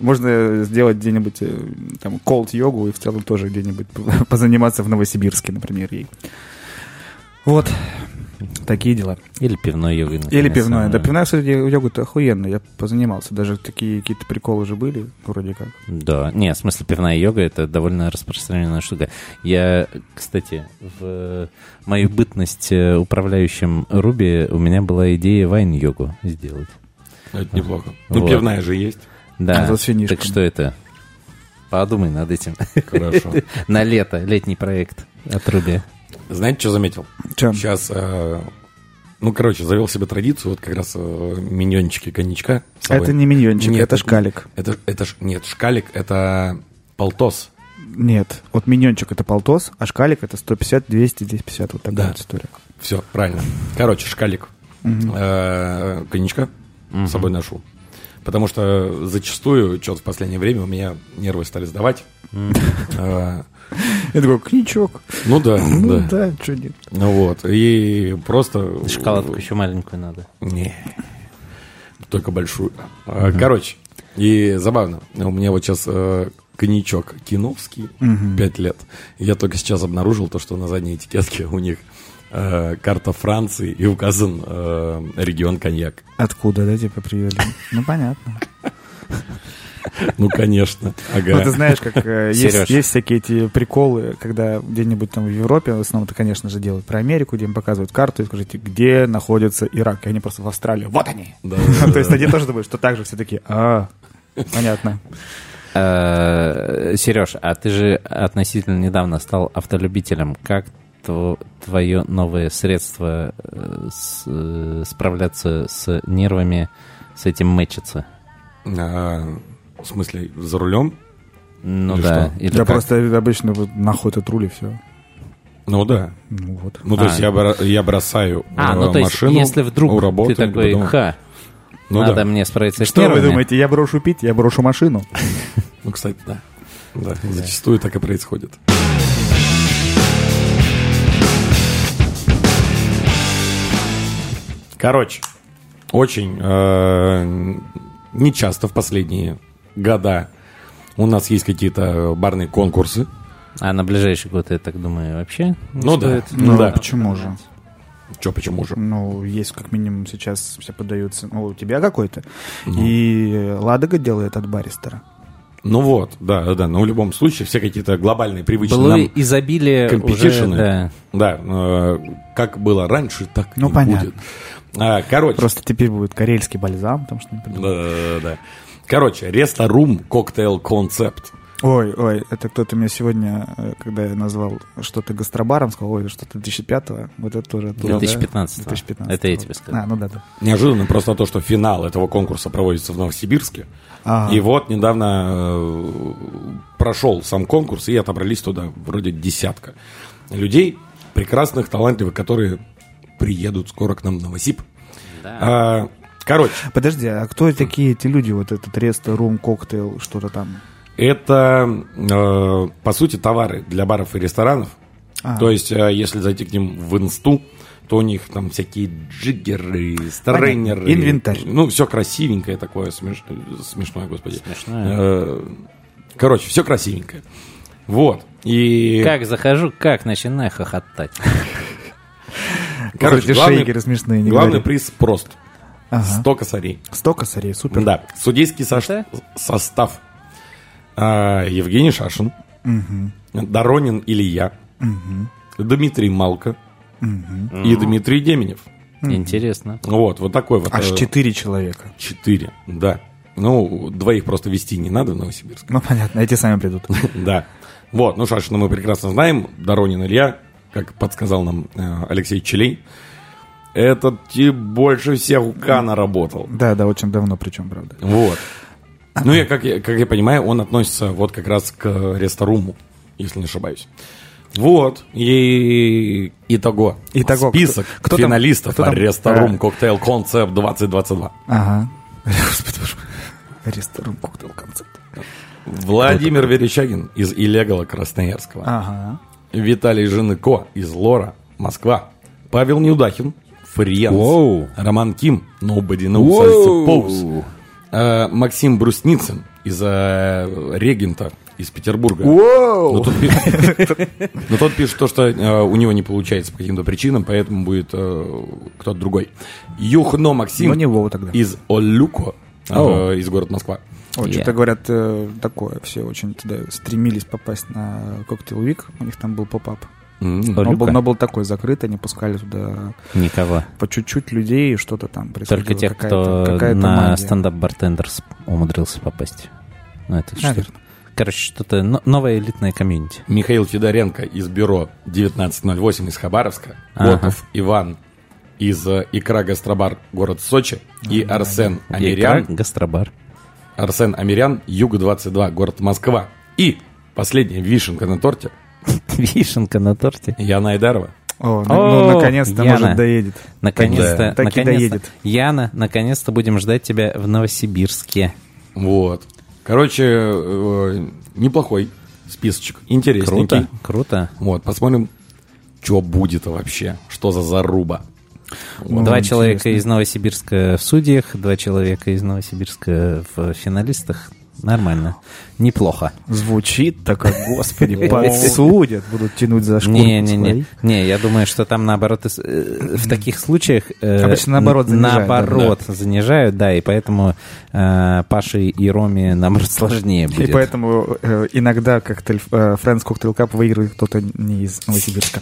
[SPEAKER 2] Можно сделать где-нибудь э, там колд-йогу и в целом тоже где-нибудь позаниматься в Новосибирске, например, ей. Вот. Такие дела.
[SPEAKER 1] Или пивной йогой. Наконец,
[SPEAKER 2] Или пивное. Да, пивная, кстати, йога-то охуенно. Я позанимался. Даже такие какие-то приколы же были, вроде как.
[SPEAKER 1] Да. Не, в смысле, пивная йога — это довольно распространенная штука. Я, кстати, в мою бытность э, управляющим Руби у меня была идея вайн-йогу сделать.
[SPEAKER 3] Это неплохо. Ну, пивная же есть.
[SPEAKER 1] Да.
[SPEAKER 2] А за финишком.
[SPEAKER 1] так что это? Подумай над этим.
[SPEAKER 3] Хорошо.
[SPEAKER 1] На лето. Летний проект от Руби.
[SPEAKER 3] Знаете, что заметил?
[SPEAKER 2] Чем?
[SPEAKER 3] Сейчас, э, ну, короче, завел себе традицию, вот как раз э, миньончики коньячка. с собой.
[SPEAKER 2] Это не миньончик,
[SPEAKER 3] Нет,
[SPEAKER 2] это
[SPEAKER 3] это-
[SPEAKER 2] шкалик.
[SPEAKER 3] Это, это ж- нет, шкалик — это полтос.
[SPEAKER 2] Нет, вот миньончик это полтос, а шкалик это 150, 200, 250, вот такая
[SPEAKER 3] Да.
[SPEAKER 2] вот история.
[SPEAKER 3] Все, правильно. Короче, шкалик э, коньячка с собой ношу. Потому что зачастую, что-то в последнее время у меня нервы стали сдавать. Э,
[SPEAKER 2] Я такой, коньячок.
[SPEAKER 3] Ну да,
[SPEAKER 2] Ну
[SPEAKER 3] да.
[SPEAKER 2] да, что нет.
[SPEAKER 3] Ну вот, и просто...
[SPEAKER 1] Шоколадку еще маленькую надо.
[SPEAKER 3] Не. Только большую. А, Короче, и забавно, у меня вот сейчас э, коньячок киновский, пять лет. И Я только сейчас обнаружил то, что на задней этикетке у них э, карта Франции и указан э, регион коньяк.
[SPEAKER 2] Откуда, да, типа привели? Ну понятно.
[SPEAKER 3] Ну, конечно.
[SPEAKER 2] Ну, ты
[SPEAKER 3] Ага.
[SPEAKER 2] знаешь, как э,
[SPEAKER 1] Серёж.
[SPEAKER 2] есть, есть всякие эти приколы, когда где-нибудь там в Европе, в основном это, конечно же, делают про Америку, где им показывают карту и скажите, где находится Ирак. И они просто в Австралию. Вот они!
[SPEAKER 3] Да,
[SPEAKER 2] Ну, То есть они тоже думают, что так же все такие, а, понятно.
[SPEAKER 1] Сереж, а ты же относительно недавно стал автолюбителем. Как твое новое средство э, с- э, справляться с нервами, с этим мэчиться?
[SPEAKER 3] А, В смысле, за рулем?
[SPEAKER 1] Ну
[SPEAKER 3] Или
[SPEAKER 1] да.
[SPEAKER 3] что?
[SPEAKER 1] или
[SPEAKER 2] Да
[SPEAKER 1] как?
[SPEAKER 2] просто обычно вот нахуй этот руль и все.
[SPEAKER 3] Ну да.
[SPEAKER 2] Ну вот.
[SPEAKER 3] Ну,
[SPEAKER 1] А.
[SPEAKER 3] то есть я бра- я бросаю
[SPEAKER 1] А, ну
[SPEAKER 3] э,
[SPEAKER 1] то есть,
[SPEAKER 3] машину
[SPEAKER 1] если А, вдруг
[SPEAKER 3] у работы,
[SPEAKER 1] ты такой,
[SPEAKER 3] потом-
[SPEAKER 1] ха,
[SPEAKER 3] Ну
[SPEAKER 1] надо
[SPEAKER 3] да.
[SPEAKER 1] мне справиться с
[SPEAKER 2] Что вы
[SPEAKER 1] нервами.
[SPEAKER 2] думаете, я брошу пить, я брошу машину?
[SPEAKER 3] Ну, кстати, да. Да, зачастую так и происходит. Короче, очень э, нечасто в последние года у нас есть какие-то барные конкурсы.
[SPEAKER 1] А на ближайший год, я так думаю, вообще не
[SPEAKER 3] Ну да,
[SPEAKER 1] стоит?
[SPEAKER 3] ну да.
[SPEAKER 2] почему же?
[SPEAKER 3] Че, почему же?
[SPEAKER 2] Ну, есть как минимум сейчас все подаются. Ну, у тебя какой-то. И Ладога делает от Баристера.
[SPEAKER 3] Ну вот, да, да, да. Но в любом случае все какие-то глобальные привычные
[SPEAKER 1] Было
[SPEAKER 3] нам
[SPEAKER 1] изобилие уже,
[SPEAKER 3] компетишены.
[SPEAKER 1] да.
[SPEAKER 3] Да, э, как было раньше, так
[SPEAKER 2] Ну,
[SPEAKER 3] и
[SPEAKER 2] понятно.
[SPEAKER 3] будет. А, короче,
[SPEAKER 2] Просто теперь будет карельский бальзам, там что-нибудь.
[SPEAKER 3] Да-да-да. Короче, ресторум коктейл концепт.
[SPEAKER 2] Ой, ой, это кто-то мне сегодня, э, когда я назвал что-то гастробаром, сказал, ой, что-то 2005-го, вот это тоже... оттуда, да?
[SPEAKER 1] 2015-го. Это я тебе сказал.
[SPEAKER 2] А, ну да, да.
[SPEAKER 3] Неожиданно просто то, что финал этого конкурса проводится в Новосибирске.
[SPEAKER 2] А,
[SPEAKER 3] И вот недавно э, прошел сам конкурс, и отобрались туда вроде десятка людей, прекрасных, талантливых, которые приедут скоро к нам в Новосиб. А, короче,
[SPEAKER 2] Подожди, а кто такие эти люди, вот этот реста, рум, коктейл, что-то там?
[SPEAKER 3] это, э, по сути, товары для баров и ресторанов.
[SPEAKER 2] А.
[SPEAKER 3] То есть, э, если зайти к ним в инсту, то у них там всякие джиггеры, стрейнеры.
[SPEAKER 2] Понятно. Инвентарь.
[SPEAKER 3] Ну, все красивенькое такое, смеш- смешное, господи.
[SPEAKER 1] Смешное.
[SPEAKER 3] Э, Короче, все красивенькое. Вот. И,
[SPEAKER 1] Как захожу, как начинаю хохотать.
[SPEAKER 2] Вот эти шейкеры смешные, не
[SPEAKER 3] главный
[SPEAKER 2] говори.
[SPEAKER 3] приз прост.
[SPEAKER 2] Ага.
[SPEAKER 3] 100 косарей.
[SPEAKER 2] Сто косарей, супер.
[SPEAKER 3] Да. Судейский сош-
[SPEAKER 1] Да.
[SPEAKER 3] состав. А, Евгений Шашин. Доронин Илья. Дмитрий Малко. И Дмитрий Деменев.
[SPEAKER 1] Интересно.
[SPEAKER 3] Вот, вот такой вот.
[SPEAKER 2] Аж
[SPEAKER 3] э,
[SPEAKER 2] четыре человека.
[SPEAKER 3] четыре, да. Ну, двоих просто вести не надо в Новосибирск.
[SPEAKER 2] Ну, понятно, эти сами придут.
[SPEAKER 3] Да. Вот, ну, Шашина мы прекрасно знаем. Доронин Илья, как подсказал нам э, Алексей Челей, этот тип больше всех у Кана работал.
[SPEAKER 2] Да, да, очень давно причем, правда.
[SPEAKER 3] Вот. Ну, я, как, я, как я понимаю, он относится вот как раз к ресторуму, если не ошибаюсь. Вот. И итого.
[SPEAKER 2] Итого.
[SPEAKER 3] Список
[SPEAKER 2] Кто- кто там-
[SPEAKER 3] финалистов
[SPEAKER 2] кто там?
[SPEAKER 3] Ресторум
[SPEAKER 2] А.
[SPEAKER 3] Коктейл Концепт 2022.
[SPEAKER 2] Ага. Господи, боже мой. Ресторан, коктейл, концепт.
[SPEAKER 3] Владимир Верещагин из Илегала Красноярского.
[SPEAKER 2] Ага.
[SPEAKER 3] Виталий Женыко из Лора, Москва. Павел Неудахин, Фриенс.
[SPEAKER 1] Воу.
[SPEAKER 3] Роман Ким, Nobody Knows А, I Suppose. Э, Максим Брусницын из э, Регента из Петербурга.
[SPEAKER 2] Воу!
[SPEAKER 3] Но тот, пишет, но тот пишет то, что э, у него не получается по каким-то причинам, поэтому будет э, кто-то другой. Юхно Максим
[SPEAKER 2] Ну, не Вова тогда.
[SPEAKER 3] из Олюко, э,
[SPEAKER 1] О.
[SPEAKER 3] из города Москва.
[SPEAKER 2] Вот,
[SPEAKER 1] Я.
[SPEAKER 2] что-то говорят э, такое. Все очень туда стремились попасть на Cocktail Week. У них там был поп-ап.
[SPEAKER 3] М.
[SPEAKER 1] Оль-
[SPEAKER 2] Но был,
[SPEAKER 1] Люка?
[SPEAKER 2] но был такой закрыт, они пускали туда
[SPEAKER 1] Никого.
[SPEAKER 2] по чуть-чуть людей, и что-то там происходило.
[SPEAKER 1] Только тех,
[SPEAKER 2] какая-то-
[SPEAKER 1] кто
[SPEAKER 2] какая-то
[SPEAKER 1] на
[SPEAKER 2] магия.
[SPEAKER 1] стендап бартендерс умудрился попасть. Ну,
[SPEAKER 2] А,
[SPEAKER 1] это что
[SPEAKER 2] Наверное.
[SPEAKER 1] Короче, что-то но- новое элитное комьюнити.
[SPEAKER 3] Михаил Федоренко из бюро 1908 из Хабаровска.
[SPEAKER 1] Ага.
[SPEAKER 3] Волков Иван из э, Икра Гастробар, город Сочи. И Арсен
[SPEAKER 2] А
[SPEAKER 3] Амирян,
[SPEAKER 1] Икра, гастробар.
[SPEAKER 3] Арсен Амирян, Юг-22, город Москва. И последняя вишенка на торте
[SPEAKER 1] Вишенка на торте.
[SPEAKER 3] Яна Айдарова.
[SPEAKER 2] О, на- ну,
[SPEAKER 1] О,
[SPEAKER 2] наконец-то,
[SPEAKER 1] Яна.
[SPEAKER 2] может, доедет.
[SPEAKER 1] Наконец-то,
[SPEAKER 2] Так и
[SPEAKER 1] наконец-то.
[SPEAKER 2] доедет.
[SPEAKER 1] Яна, наконец-то будем ждать тебя в Новосибирске.
[SPEAKER 3] Вот. Короче, э, неплохой списочек. Интересненький.
[SPEAKER 1] Круто, круто.
[SPEAKER 3] Вот, посмотрим, что будет вообще. Что за заруба.
[SPEAKER 2] Ну,
[SPEAKER 1] два
[SPEAKER 2] интересно.
[SPEAKER 1] человека из Новосибирска в судьях, два человека из Новосибирска в финалистах. Нормально. Неплохо.
[SPEAKER 2] Звучит так, как, господи,
[SPEAKER 1] О.
[SPEAKER 2] подсудят, будут тянуть за шкуру.
[SPEAKER 1] Не-не-не.
[SPEAKER 2] свои.
[SPEAKER 1] Не, я думаю, что там наоборот, из- э, в таких случаях... э,
[SPEAKER 2] Обычно наоборот
[SPEAKER 1] н-
[SPEAKER 2] занижают, да.
[SPEAKER 1] Наоборот занижают, да, и поэтому э, Паше и Роме, наоборот, сложнее
[SPEAKER 2] И
[SPEAKER 1] будет.
[SPEAKER 2] поэтому э, иногда коктейль, э, Friends Cocktail Cup выигрывает кто-то не из Новосибирска.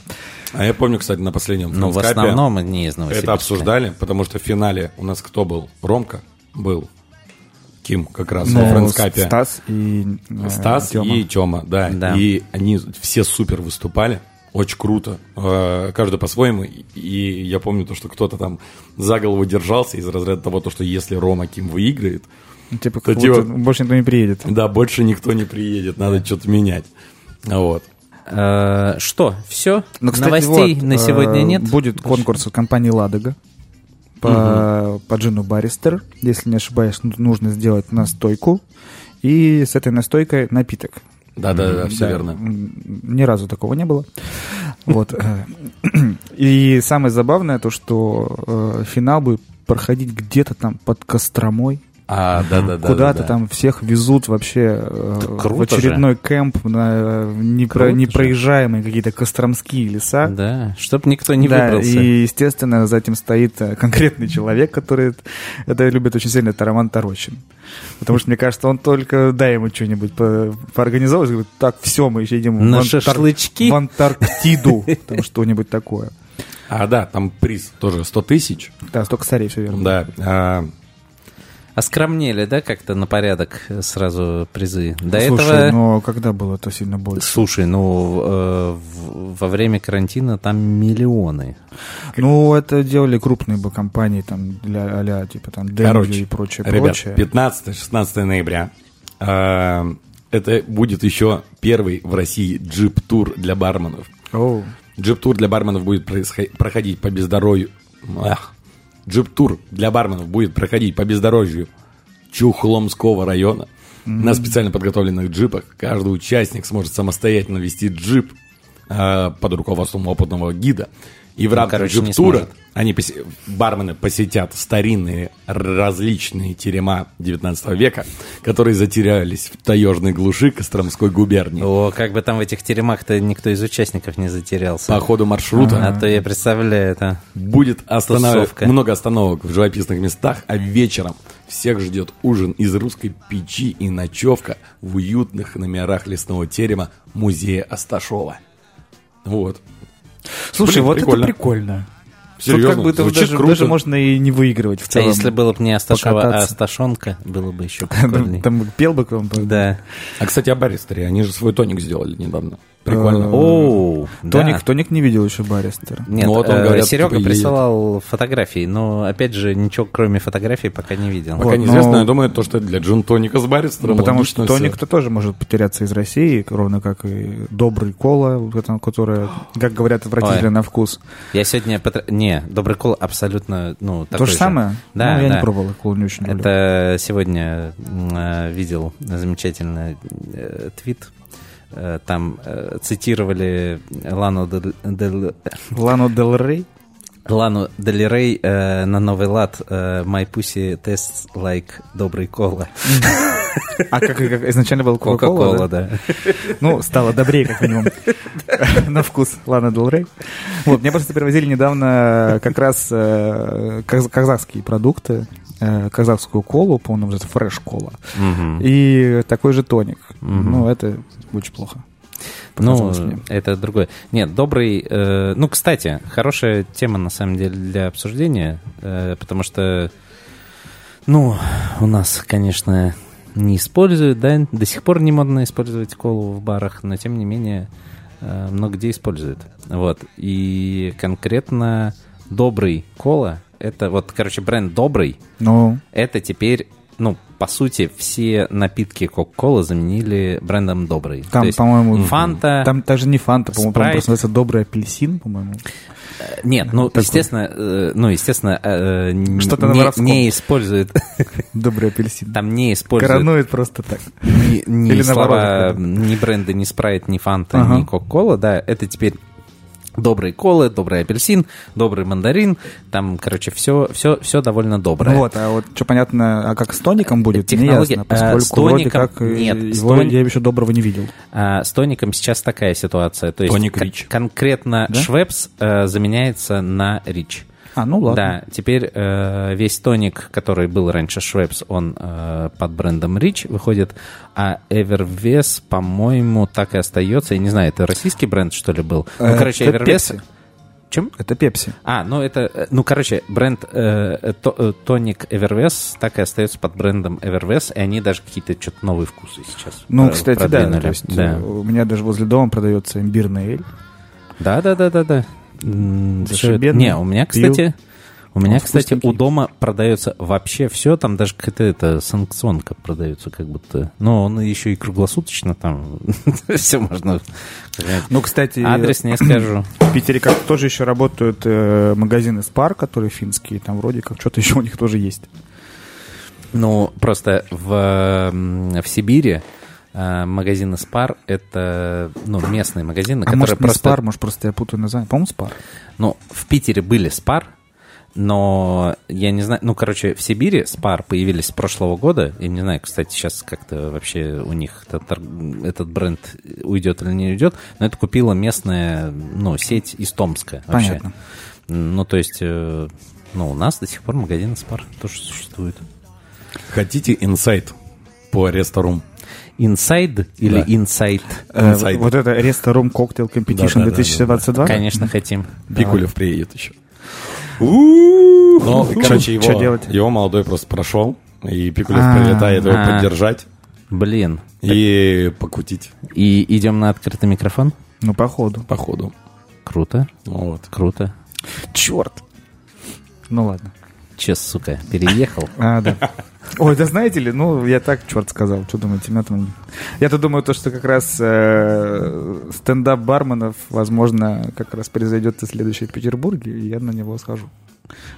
[SPEAKER 3] А я помню, кстати, на последнем
[SPEAKER 1] Но в
[SPEAKER 3] «Франскапе»
[SPEAKER 1] основном не из Новосибирска.
[SPEAKER 3] это обсуждали, потому что в финале у нас кто был? Ромка был. Ким как
[SPEAKER 1] А
[SPEAKER 3] раз
[SPEAKER 2] Ну,
[SPEAKER 3] во «Франскапе».
[SPEAKER 2] Стас и э,
[SPEAKER 3] Стас
[SPEAKER 2] Тёма.
[SPEAKER 3] и Тёма, да.
[SPEAKER 1] Да.
[SPEAKER 3] И они все супер выступали. Очень круто. Э, Каждый по-своему. И- И я помню то, что кто-то там за голову держался из разряда того, то, что если Рома Ким выиграет,
[SPEAKER 2] Ну, Типа,
[SPEAKER 3] То
[SPEAKER 2] как будто
[SPEAKER 3] типа-
[SPEAKER 2] больше никто не приедет.
[SPEAKER 3] да, больше никто не приедет, надо что-то менять. Вот.
[SPEAKER 1] Э, Что, все?
[SPEAKER 2] Ну, кстати,
[SPEAKER 1] Новостей
[SPEAKER 2] вот,
[SPEAKER 1] на
[SPEAKER 2] э,
[SPEAKER 1] сегодня нет?
[SPEAKER 2] Будет конкурс от компании «Ладога» по, по джину «Баристер». Если не ошибаюсь, ну, нужно сделать настойку. И с этой настойкой напиток.
[SPEAKER 3] Да-да-да, все
[SPEAKER 2] Да,
[SPEAKER 3] верно.
[SPEAKER 2] м, Ни разу такого не было. Вот. э, И самое забавное то, что э, финал будет проходить где-то там под Костромой.
[SPEAKER 3] А, да-да-да.
[SPEAKER 2] Куда-то
[SPEAKER 3] да-да.
[SPEAKER 2] там всех везут вообще э,
[SPEAKER 1] Так
[SPEAKER 2] в
[SPEAKER 1] круто же.
[SPEAKER 2] очередной кэмп на э, непро-
[SPEAKER 1] Круто же.
[SPEAKER 2] непроезжаемые какие-то костромские леса.
[SPEAKER 1] Да, чтоб никто не
[SPEAKER 2] Да,
[SPEAKER 1] выбрался.
[SPEAKER 2] и, естественно, за этим стоит э, конкретный человек, который это любит очень сильно, это Роман Тарочин. Потому что, мне кажется, он только, дай ему что-нибудь по- поорганизовывать, говорит, так, все, мы еще идем в,
[SPEAKER 1] На
[SPEAKER 2] Антар-
[SPEAKER 1] шашлычки?
[SPEAKER 2] в Антарктиду, там что-нибудь такое.
[SPEAKER 3] А, да, там приз тоже 100 тысяч.
[SPEAKER 2] Да, столько царей, все верно.
[SPEAKER 3] Да. а,
[SPEAKER 1] Оскромнели, да, как-то на порядок э, сразу призы? До
[SPEAKER 2] Слушай, ну,
[SPEAKER 1] этого...
[SPEAKER 2] но когда было это сильно больше?
[SPEAKER 1] Слушай, ну э, в- во время карантина там миллионы.
[SPEAKER 2] Ну, это делали крупные бы компании, там, для а-ля, типа, там, Denview
[SPEAKER 3] Короче,
[SPEAKER 2] и прочее,
[SPEAKER 3] ребят,
[SPEAKER 2] прочее.
[SPEAKER 3] 15-16 ноября. а, Это будет еще первый в России джип-тур для барменов.
[SPEAKER 2] Оу.
[SPEAKER 3] Джип-тур для барменов будет происхо- проходить по бездорожью. Ах. Джип-тур для барменов будет проходить по бездорожью Чухломского района. На специально подготовленных джипах каждый участник сможет самостоятельно вести джип э, под руководством опытного гида. И в рамках
[SPEAKER 1] Ну, короче, не
[SPEAKER 3] джип-тура
[SPEAKER 1] сможет.
[SPEAKER 3] они посе- бармены посетят старинные различные терема 19 века, которые затерялись в таежной глуши Костромской губернии.
[SPEAKER 1] О, как бы там в этих теремах-то никто из участников не затерялся.
[SPEAKER 3] По ходу маршрута
[SPEAKER 1] А то я представляю это.
[SPEAKER 3] Будет остановок,
[SPEAKER 1] Тусовка.
[SPEAKER 3] много остановок в живописных местах, а вечером всех ждет ужин из русской печи и ночевка в уютных номерах лесного терема музея Асташова. Вот.
[SPEAKER 2] Слушай,
[SPEAKER 3] Блин,
[SPEAKER 2] вот
[SPEAKER 3] прикольно.
[SPEAKER 2] это прикольно.
[SPEAKER 3] Серьезно,
[SPEAKER 2] Тут как бы это
[SPEAKER 3] звучит
[SPEAKER 2] даже,
[SPEAKER 3] круто.
[SPEAKER 2] даже можно и не выигрывать в
[SPEAKER 1] А
[SPEAKER 2] целом.
[SPEAKER 1] если было бы не Асташова, а
[SPEAKER 2] покататься.
[SPEAKER 1] Асташонка, было бы еще
[SPEAKER 2] Там,
[SPEAKER 1] прикольней.
[SPEAKER 2] там пел бы кто
[SPEAKER 1] Да.
[SPEAKER 3] А, кстати, о баристере. Они же свой тоник сделали недавно. Прикольно.
[SPEAKER 2] Э,
[SPEAKER 1] Оу, да.
[SPEAKER 2] Тоник, Тоник не видел еще Баррестера.
[SPEAKER 1] Нет,
[SPEAKER 3] Ну, вот он,
[SPEAKER 1] э,
[SPEAKER 3] говорят,
[SPEAKER 1] Серега
[SPEAKER 3] типа, едет.
[SPEAKER 1] присылал фотографии, но опять же ничего кроме фотографий пока не видел.
[SPEAKER 3] Пока
[SPEAKER 2] вот,
[SPEAKER 3] неизвестно,
[SPEAKER 2] но-
[SPEAKER 3] я думаю, то, что для джин-тоника с баристером.
[SPEAKER 2] Потому
[SPEAKER 3] Ну, логично
[SPEAKER 2] что
[SPEAKER 3] всё.
[SPEAKER 2] Тоник-то тоже может потеряться из России, ровно как и Добрый Кола, вот это, которая, как говорят, отвратительно
[SPEAKER 1] Ой.
[SPEAKER 2] на вкус.
[SPEAKER 1] Я сегодня... потр- Не, Добрый Кол абсолютно, ну,
[SPEAKER 2] То
[SPEAKER 1] такой
[SPEAKER 2] же
[SPEAKER 1] же.
[SPEAKER 2] самое?
[SPEAKER 1] Да,
[SPEAKER 2] Ну, я
[SPEAKER 1] да.
[SPEAKER 2] не пробовал, я колу не очень люблю.
[SPEAKER 1] Это сегодня э, видел замечательный э, твит. Э, Там э, цитировали Лану Дель, Дель-
[SPEAKER 2] Лано Дель Рей?
[SPEAKER 1] Лану Дель Рей э, на новый лад э, «My pussy tastes like добрый кола».
[SPEAKER 2] А как, как изначально был Кока-Кола,
[SPEAKER 1] Кока-Кола, да.
[SPEAKER 2] Ну, стало добрее, как минимум. На вкус. Ладно, Делрей. Вот, мне просто привозили недавно как раз э, каз- казахские продукты, э, казахскую колу, по-моему, это фреш-кола,
[SPEAKER 1] Мгм.
[SPEAKER 2] и такой же тоник.
[SPEAKER 1] Мгм.
[SPEAKER 2] Ну, это очень плохо.
[SPEAKER 1] Ну,
[SPEAKER 2] показалось мне.
[SPEAKER 1] это другое. Нет, добрый... э, ну, кстати, хорошая тема, на самом деле, для обсуждения, э, потому что, ну, у нас, конечно, не используют, да, до сих пор не модно использовать колу в барах, но, тем не менее, э, много где используют. Вот, и конкретно добрый кола, это вот, короче, бренд добрый,
[SPEAKER 2] Ну,
[SPEAKER 1] это теперь, ну, по сути, все напитки Кока-Колы заменили брендом добрый.
[SPEAKER 2] там,
[SPEAKER 1] То есть
[SPEAKER 2] по-моему,
[SPEAKER 1] Фанта...
[SPEAKER 2] Там даже не фанта, по-моему, там
[SPEAKER 1] Спрайт.
[SPEAKER 2] просто называется добрый апельсин, по-моему.
[SPEAKER 1] Нет, ну,
[SPEAKER 2] Такой.
[SPEAKER 1] естественно, э, ну, естественно, э, н-
[SPEAKER 2] Что-то на
[SPEAKER 1] не,
[SPEAKER 2] воровском.
[SPEAKER 1] не использует,
[SPEAKER 2] Добрый апельсин.
[SPEAKER 1] там не использует
[SPEAKER 2] Коронует просто так.
[SPEAKER 1] ни, ни
[SPEAKER 2] Или
[SPEAKER 1] слова,
[SPEAKER 2] наоборот, как-то.
[SPEAKER 1] ни бренды, ни спрайт, ни фанта,
[SPEAKER 2] Ага.
[SPEAKER 1] ни кока-кола, да, это теперь добрый колы, добрый апельсин, добрый мандарин, там, короче, все, все, все довольно доброе.
[SPEAKER 2] Вот, а вот что понятно, а как с тоником будет, не
[SPEAKER 1] Технология,
[SPEAKER 2] ясно,
[SPEAKER 1] э,
[SPEAKER 2] поскольку
[SPEAKER 1] с тоником-
[SPEAKER 2] вроде как э,
[SPEAKER 1] нет, с
[SPEAKER 2] его
[SPEAKER 1] тони-
[SPEAKER 2] я еще доброго не видел.
[SPEAKER 1] А с тоником сейчас такая ситуация, то есть
[SPEAKER 3] Тоник
[SPEAKER 1] кон-
[SPEAKER 3] Рич.
[SPEAKER 1] конкретно
[SPEAKER 2] Да?
[SPEAKER 1] Швепс э, заменяется на Рич.
[SPEAKER 2] А, ну ладно.
[SPEAKER 1] Да, теперь э, весь тоник, который был раньше Швепс, он э, под брендом Рич выходит, а Эвервес, по-моему, так и остается. Я не знаю, это российский бренд, что ли, был? Ну,
[SPEAKER 2] Э,
[SPEAKER 1] короче,
[SPEAKER 2] это
[SPEAKER 1] Эвервес...
[SPEAKER 2] Pepsi.
[SPEAKER 1] Чем?
[SPEAKER 2] Это Пепси.
[SPEAKER 1] А, ну это, э, ну короче, бренд э, э, то- э, тоник Эвервес так и остается под брендом Эвервес, и они даже какие-то что-то новые вкусы сейчас.
[SPEAKER 2] Ну,
[SPEAKER 1] про-
[SPEAKER 2] кстати, да,
[SPEAKER 1] продвинули.
[SPEAKER 2] то есть
[SPEAKER 1] да.
[SPEAKER 2] э, у меня даже возле дома продается имбирный эль.
[SPEAKER 1] Да, да, да, да, да. М,
[SPEAKER 2] Зашибенно.
[SPEAKER 1] Не, у меня,
[SPEAKER 2] Пил.
[SPEAKER 1] кстати, у меня,
[SPEAKER 2] Он
[SPEAKER 1] кстати,
[SPEAKER 2] вкусненький.
[SPEAKER 1] у дома продается вообще все, там даже какая-то это, санкционка продается как будто. Но он еще и круглосуточно там все можно.
[SPEAKER 2] Ну, кстати,
[SPEAKER 1] Адрес не скажу.
[SPEAKER 2] в Питере как тоже еще работают э, магазины Spar, которые финские, там вроде как что-то еще у них тоже есть.
[SPEAKER 1] Ну, просто в, м, в Сибири э, магазины Спар это ну, местные магазины,
[SPEAKER 2] а
[SPEAKER 1] которые
[SPEAKER 2] может не
[SPEAKER 1] просто
[SPEAKER 2] Spar, может просто я путаю название. По-моему, Spar.
[SPEAKER 1] Ну, в Питере были спар, но я не знаю, ну, короче, в Сибири спар появились с прошлого года. Я не знаю, кстати, сейчас как-то вообще у них этот, торг- этот бренд уйдет или не уйдет, но это купила местная, ну, сеть из Томска вообще.
[SPEAKER 2] Понятно.
[SPEAKER 1] Ну, то есть, э, ну, у нас до сих пор магазин спар тоже существует.
[SPEAKER 3] Хотите инсайт по ресторум?
[SPEAKER 1] Inside или
[SPEAKER 3] Да.
[SPEAKER 1] Inside?
[SPEAKER 2] Э,
[SPEAKER 3] Inside.
[SPEAKER 2] вот это Ресторум Коктейл Competition
[SPEAKER 3] Да-да-да-да-да.
[SPEAKER 2] 2022.
[SPEAKER 1] Конечно, хотим.
[SPEAKER 3] Пикулев приедет еще.
[SPEAKER 2] Ну,
[SPEAKER 3] Ну, короче,
[SPEAKER 2] Что
[SPEAKER 3] его,
[SPEAKER 2] делать?
[SPEAKER 3] его молодой просто прошел, и Пикулев
[SPEAKER 2] А,
[SPEAKER 3] прилетает его
[SPEAKER 1] а.
[SPEAKER 3] поддержать
[SPEAKER 1] Блин.
[SPEAKER 3] и покутить
[SPEAKER 1] И идем на открытый микрофон?
[SPEAKER 2] Ну, походу.
[SPEAKER 3] по ходу.
[SPEAKER 1] Круто,
[SPEAKER 3] Вот.
[SPEAKER 1] круто.
[SPEAKER 2] Черт. Ну, ладно.
[SPEAKER 1] Че, сука, переехал?
[SPEAKER 2] А, да. Ой, да знаете ли, ну, я так, черт сказал, что думаете, меня там... Я-то думаю, то, что как раз э, стендап барменов, возможно, как раз произойдет и следующий в Петербурге, и я на него схожу.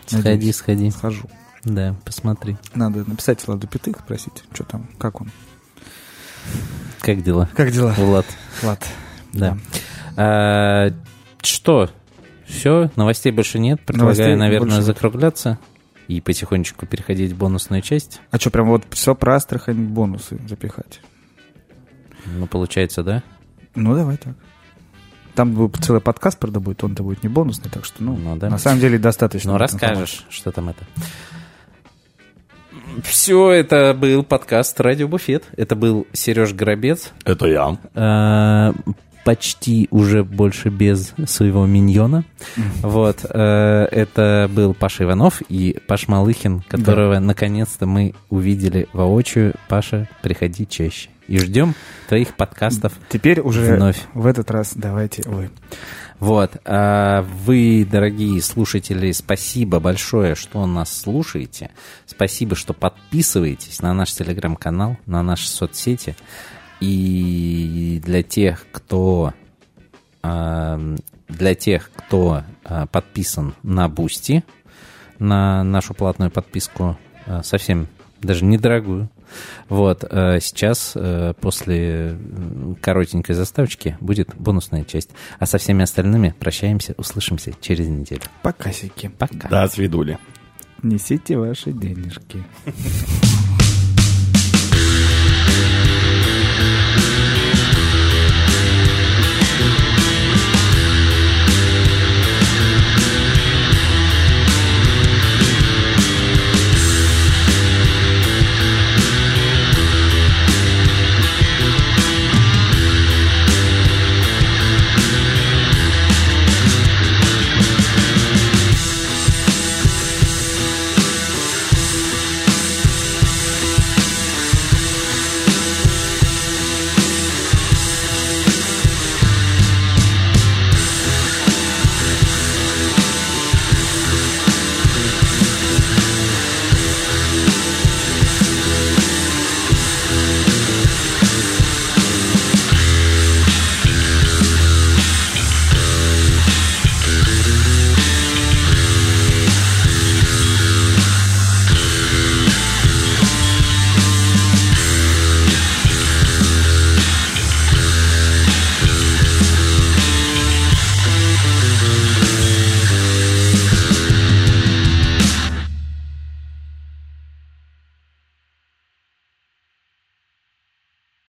[SPEAKER 1] Сходи,
[SPEAKER 2] Надеюсь.
[SPEAKER 1] сходи.
[SPEAKER 2] Схожу.
[SPEAKER 1] Да, посмотри.
[SPEAKER 2] Надо написать Владу Пятых, спросить, что там, как он.
[SPEAKER 1] Как дела,
[SPEAKER 2] Как дела?
[SPEAKER 1] Влад?
[SPEAKER 2] Влад.
[SPEAKER 1] Да. А, что? Все, новостей больше нет. Предлагаю,
[SPEAKER 2] Новостей
[SPEAKER 1] наверное,
[SPEAKER 2] больше нет.
[SPEAKER 1] закругляться и потихонечку переходить в бонусную часть.
[SPEAKER 2] А что, прям вот все про Астрахань бонусы запихать?
[SPEAKER 1] Ну, получается, да?
[SPEAKER 2] Ну, давай так. Там будет целый подкаст, правда, будет, он-то будет не бонусный, так что, ну,
[SPEAKER 1] Ну, да.
[SPEAKER 2] на самом деле достаточно.
[SPEAKER 1] Ну,
[SPEAKER 2] будет
[SPEAKER 1] расскажешь, что там это. Все, это был подкаст «Радио Буфет». Это был Сереж Горобец.
[SPEAKER 3] Это я.
[SPEAKER 1] э, почти уже больше без своего миньона. Вот. э, Это был Паша Иванов и Паш Малыхин, которого наконец-то мы увидели воочию. Паша, приходи чаще. И ждем твоих подкастов.
[SPEAKER 2] Теперь уже
[SPEAKER 1] Вновь.
[SPEAKER 2] в этот раз давайте вы.
[SPEAKER 1] Вот. а Вы, дорогие слушатели, спасибо большое, что нас слушаете. Спасибо, что подписываетесь на наш телеграм-канал, на наши соцсети. И для тех, кто ам, Эм, для тех, кто а, подписан на Бусти, на нашу платную подписку, а, совсем даже недорогую. Вот, а, сейчас э, после м, коротенькой заставочки будет бонусная часть. А со всеми остальными прощаемся, услышимся через неделю.
[SPEAKER 2] Покасики.
[SPEAKER 1] Пока.
[SPEAKER 3] Да, свидули.
[SPEAKER 2] Несите ваши денежки.